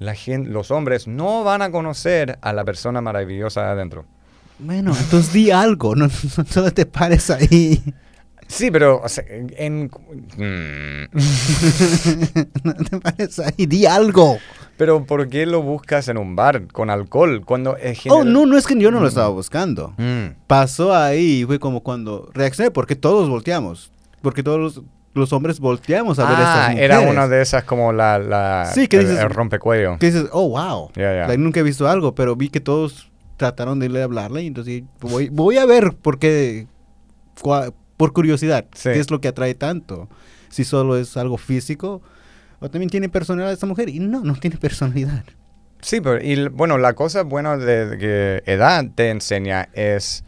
S2: la gen- los hombres no van a conocer a la persona maravillosa de adentro.
S1: Bueno, entonces di algo. No, no solo te pares ahí.
S2: Sí, pero o sea, en... en- mm.
S1: no te pares ahí. Di algo.
S2: Pero ¿por qué lo buscas en un bar con alcohol? Cuando es
S1: Oh,
S2: general-
S1: no, no es que yo no lo estaba buscando.
S2: Mm.
S1: Pasó ahí y fue como cuando reaccioné porque todos volteamos. Porque todos los, los hombres volteamos a ver a estas
S2: Ah,
S1: mujeres.
S2: era una de esas como la... la
S1: Sí, ¿qué
S2: el,
S1: dices?
S2: el rompecuello.
S1: que dices, oh, wow.
S2: Ya, ya.
S1: Like, nunca he visto algo, pero vi que todos trataron de irle a hablarle. Y entonces voy, voy a ver por qué, cua- por curiosidad,
S2: Sí.
S1: qué es lo que atrae tanto. si solo es algo físico o también tiene personalidad esta mujer. Y no, no tiene personalidad.
S2: Sí, pero y, l- bueno, la cosa buena de que edad te enseña es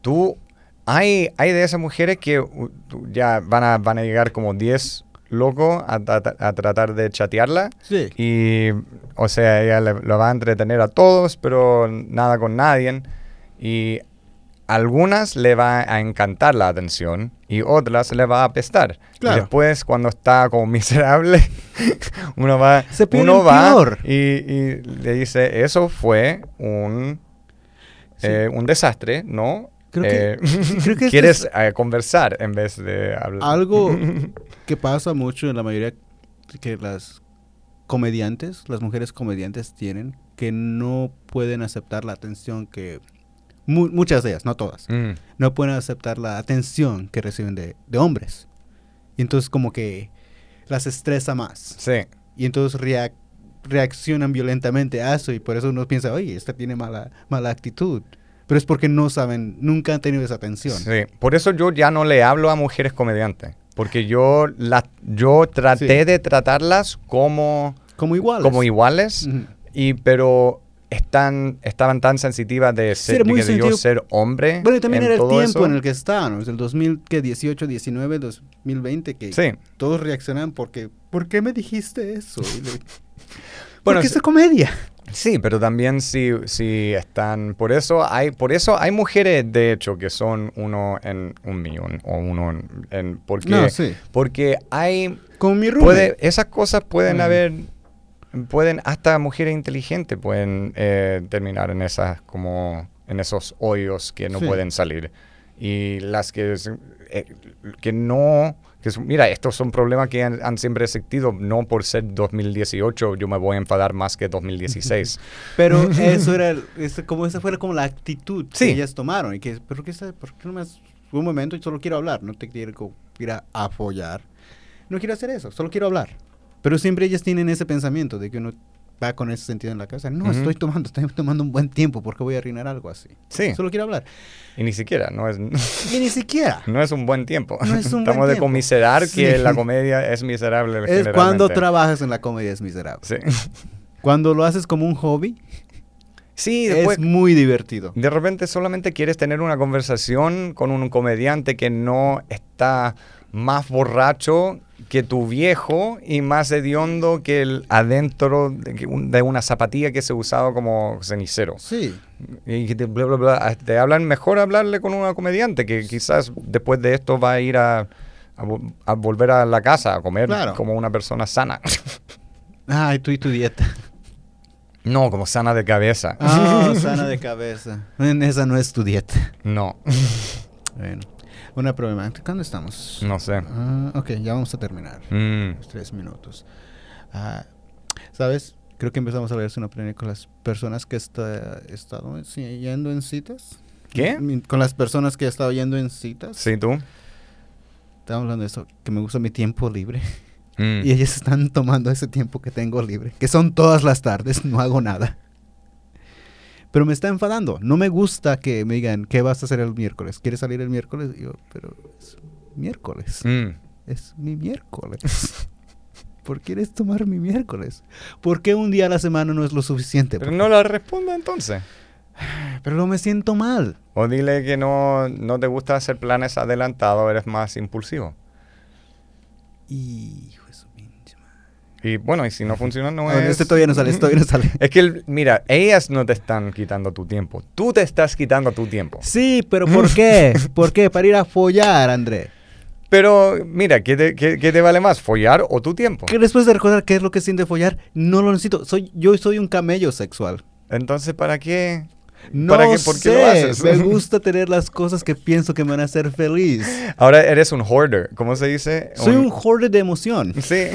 S2: tú hay hay de esas mujeres que uh, tú- ya van a van a llegar como 10 locos a, tra- a tratar de chatearla
S1: Sí.
S2: y o sea, ella le- lo va a entretener a todos, pero nada con nadie y algunas le va a encantar la atención y otras le va a apestar. Y
S1: Claro.
S2: después cuando está como miserable, uno va
S1: Se pone
S2: uno
S1: el
S2: va
S1: peor.
S2: Y, y le dice, eso fue un,
S1: Sí.
S2: eh, un desastre, ¿no?
S1: Creo que-
S2: Eh,
S1: creo que esto
S2: quieres
S1: es-
S2: eh, conversar en vez de hablar.
S1: Algo que pasa mucho en la mayoría que las comediantes, las mujeres comediantes tienen, que no pueden aceptar la atención que... mu- muchas de ellas, no todas.
S2: Mm,
S1: no pueden aceptar la atención que reciben de, de hombres. Y entonces como que las estresa más.
S2: sí.
S1: Y entonces reac- reaccionan violentamente a eso y por eso uno piensa, oye, esta tiene mala, mala actitud. Pero es porque no saben, nunca han tenido esa atención.
S2: Sí, por eso yo ya no le hablo a mujeres comediantes. Porque yo, la, yo traté
S1: Sí.
S2: de tratarlas como,
S1: Como iguales.
S2: como iguales,
S1: Ujú.
S2: y, pero están, estaban tan sensitivas de,
S1: Sí,
S2: ser,
S1: era muy
S2: de que yo
S1: sentido-
S2: ser hombre.
S1: Bueno, y también
S2: en
S1: era el
S2: todo
S1: tiempo
S2: eso.
S1: en el que estaban, es el 2018, 19, 2020, que
S2: Sí.
S1: todos reaccionaban porque, ¿por qué me dijiste eso? Y le-
S2: Bueno,
S1: porque
S2: sí.
S1: es de comedia.
S2: Sí, pero también si, si están... Por eso, hay, por eso hay mujeres, de hecho, que son uno en un millón o uno en... en- porque,
S1: No, sí.
S2: porque hay...
S1: Como mi roommate.
S2: Puede, esas cosas pueden
S1: Mm.
S2: haber... Pueden, hasta mujeres inteligentes pueden eh, terminar en esas como en esos hoyos que no
S1: Sí.
S2: pueden salir. Y las que, es- eh, que no... Que son- mira, estos son problemas que han, han siempre existido, no por ser 2018 yo me voy a enfadar más que 2016.
S1: Pero eso era, el- eso, como esa fue como la actitud
S2: Sí.
S1: que ellas tomaron. Y que, pero qué está- ¿por qué no me has- un momento y solo quiero hablar? No te quiero co- ir a apoyar. No quiero hacer eso, solo quiero hablar. Pero siempre ellas tienen ese pensamiento de que uno va con ese sentido en la cabeza. No,
S2: Ujú.
S1: estoy tomando, estoy tomando un buen tiempo porque voy a arruinar algo así.
S2: Sí.
S1: Solo quiero hablar.
S2: Y ni siquiera, no es, no
S1: Y ni siquiera.
S2: es un buen tiempo.
S1: No es un buen
S2: Estamos de
S1: tiempo.
S2: comiserar que
S1: Sí.
S2: la comedia es miserable.
S1: Es cuando
S2: generalmente.
S1: trabajas en la comedia es miserable.
S2: Sí.
S1: Cuando lo haces como un hobby,
S2: Sí,
S1: es
S2: después.
S1: muy divertido.
S2: De repente solamente quieres tener una conversación con un comediante que no está más borracho que tu viejo y más hediondo que el adentro de, que un- de una zapatilla que se usaba como cenicero.
S1: Sí.
S2: Y que te, bla, bla, bla, ah, te hablan mejor hablarle con una comediante que quizás después de esto va a ir a, a vol- a volver a la casa a comer
S1: Claro.
S2: como una persona sana.
S1: Ay, tú y tu dieta.
S2: no, como sana de cabeza.
S1: Ah, sana de cabeza. En esa no es tu dieta.
S2: No,
S1: Bueno, una problemática. ¿Cuándo estamos?
S2: no sé.
S1: Ah, ok, ya vamos a terminar.
S2: Mm,
S1: Los Tres minutos. Ah, ¿Sabes? Creo que empezamos a hablar de una pelea con las personas que está, he estado si- yendo en citas.
S2: ¿Qué?
S1: Mi- Con las personas que he estado yendo en citas.
S2: Sí, tú.
S1: Estamos hablando de eso, que me gusta mi tiempo libre.
S2: Mm.
S1: Y ellas están tomando ese tiempo que tengo libre, que son todas las tardes, no hago nada. Pero me está enfadando. No me gusta que me digan, ¿qué vas a hacer el miércoles? ¿Quieres salir el miércoles? Y yo, pero es miércoles.
S2: Mm.
S1: Es mi miércoles. ¿Por qué quieres tomar mi miércoles? ¿Por qué un día a la semana no es lo suficiente?
S2: Pero no la responda entonces.
S1: Pero luego me siento mal.
S2: O dile que no, no te gusta hacer planes adelantados, eres más impulsivo.
S1: Hijo de su pinche madre.
S2: Y bueno, y si no funciona, no
S1: Bueno,
S2: es...
S1: Este todavía no sale, este todavía no sale.
S2: Es que, el- mira, ellas no te están quitando tu tiempo. Tú te estás quitando tu tiempo.
S1: Sí, pero ¿por qué? ¿Por qué? Para ir a follar, André.
S2: Pero mira, ¿qué te, qué- qué te vale más? ¿Follar o tu tiempo?
S1: Que después de recordar qué es lo que siente follar, no lo necesito. Soy, yo soy un camello sexual.
S2: Entonces, ¿para qué?
S1: No
S2: ¿Para qué? ¿Por qué lo
S1: sé,
S2: haces?
S1: Me gusta tener las cosas que pienso que me van a hacer feliz.
S2: Ahora eres un hoarder. ¿Cómo se dice?
S1: Soy un hoarder de emoción.
S2: Sí.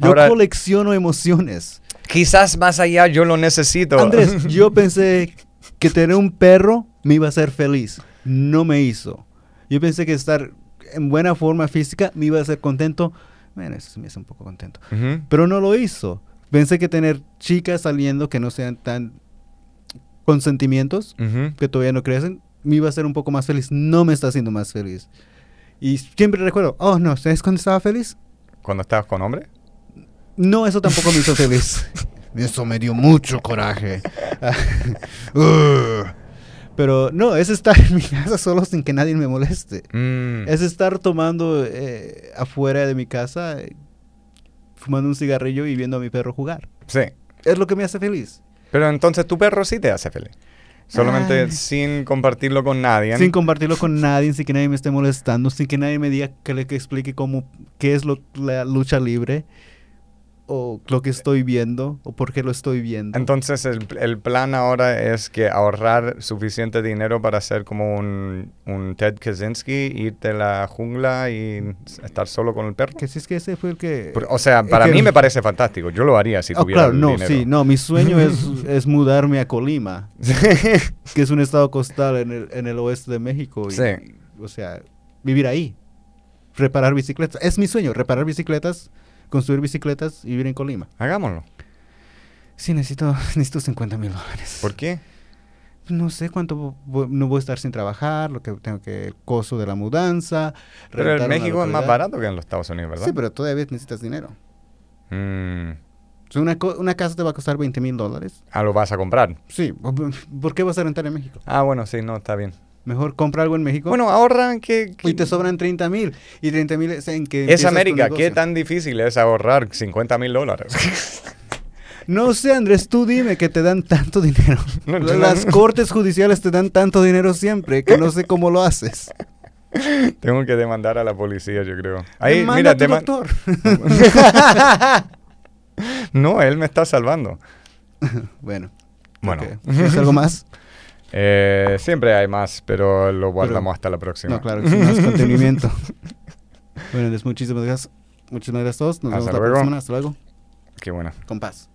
S1: Yo
S2: Ahora,
S1: colecciono emociones.
S2: quizás más allá yo lo necesito.
S1: Andrés, yo pensé que tener un perro me iba a hacer feliz. No me hizo. Yo pensé que estar en buena forma física me iba a hacer contento. Bueno, eso sí me hace un poco contento.
S2: Ujú.
S1: pero no lo hizo. Pensé que tener chicas saliendo que no sean tan consentimientos,
S2: Ujú.
S1: que todavía no crecen, me iba a hacer un poco más feliz. No me está haciendo más feliz. Y siempre recuerdo, oh no, ¿sabes cuándo estaba feliz?
S2: ¿Cuando estabas con hombre?
S1: No, eso tampoco me hizo feliz. Eso me dio mucho coraje. Ugh. Pero no, es estar en mi casa solo sin que nadie me moleste.
S2: Mm.
S1: Es estar tomando eh, afuera de mi casa, eh, fumando un cigarrillo y viendo a mi perro jugar.
S2: Sí.
S1: Es lo que me hace feliz.
S2: Pero entonces tu perro sí te hace feliz. Solamente
S1: Ay.
S2: sin compartirlo con nadie.
S1: Sin compartirlo con nadie, sin que nadie me esté molestando, sin que nadie me diga que le que explique cómo, qué es lo- la lucha libre, o lo que estoy viendo, o por qué lo estoy viendo.
S2: Entonces el, el plan ahora es que ahorrar suficiente dinero para hacer como un, un Ted Kaczynski, irte a la jungla y estar solo con el perro.
S1: que si es que ese fue el que...
S2: Por- O sea,
S1: Es
S2: para
S1: que-
S2: mí me parece fantástico. Yo lo haría si
S1: Oh,
S2: tuviera
S1: claro,
S2: el
S1: no,
S2: dinero.
S1: sí, no, mi sueño es, es mudarme a Colima, que es un estado costal en el, en el oeste de México. y-
S2: Sí.
S1: O sea, vivir ahí, reparar bicicletas. Es mi sueño, reparar bicicletas, construir bicicletas y vivir en Colima.
S2: Hagámoslo.
S1: Sí, necesito, necesito 50 mil dólares.
S2: ¿Por qué?
S1: pues, No sé cuánto vo- vo- no voy a estar sin trabajar, lo que tengo que, el costo de la mudanza.
S2: Pero
S1: rentar
S2: en
S1: una
S2: México es más
S1: localidad.
S2: barato que en los Estados Unidos, ¿verdad?
S1: Sí, pero todavía necesitas dinero.
S2: Mm,
S1: O sea, una, co- una casa te va a costar 20 mil dólares.
S2: ah, lo vas a comprar.
S1: Sí, ¿por qué vas a rentar en México?
S2: Ah, bueno, sí, no, está bien.
S1: Mejor compra algo en México.
S2: Bueno, ahorran que... que-
S1: y te sobran 30 mil. Y 30 mil es en que. empiezas
S2: Es
S1: tu
S2: América, ¿qué
S1: este negocio.
S2: tan difícil es ahorrar 50 mil dólares?
S1: No sé, Andrés, tú dime que te dan tanto dinero.
S2: No, yo no-
S1: Las cortes judiciales te dan tanto dinero siempre que no sé cómo lo haces.
S2: Tengo que demandar a la policía, yo creo. Ahí,
S1: Demanda
S2: mira,
S1: a tu
S2: deman-
S1: doctor.
S2: No, él me está salvando.
S1: bueno.
S2: Bueno.
S1: ok. ¿Tienes algo más?
S2: Eh, siempre hay más, pero lo guardamos hasta la próxima.
S1: No, claro, que sí, más contenimiento. bueno, Andrés, muchísimas gracias. Muchísimas gracias a todos. Nos
S2: Hasta
S1: vemos la
S2: luego.
S1: próxima. Hasta luego.
S2: Qué bueno.
S1: Con paz.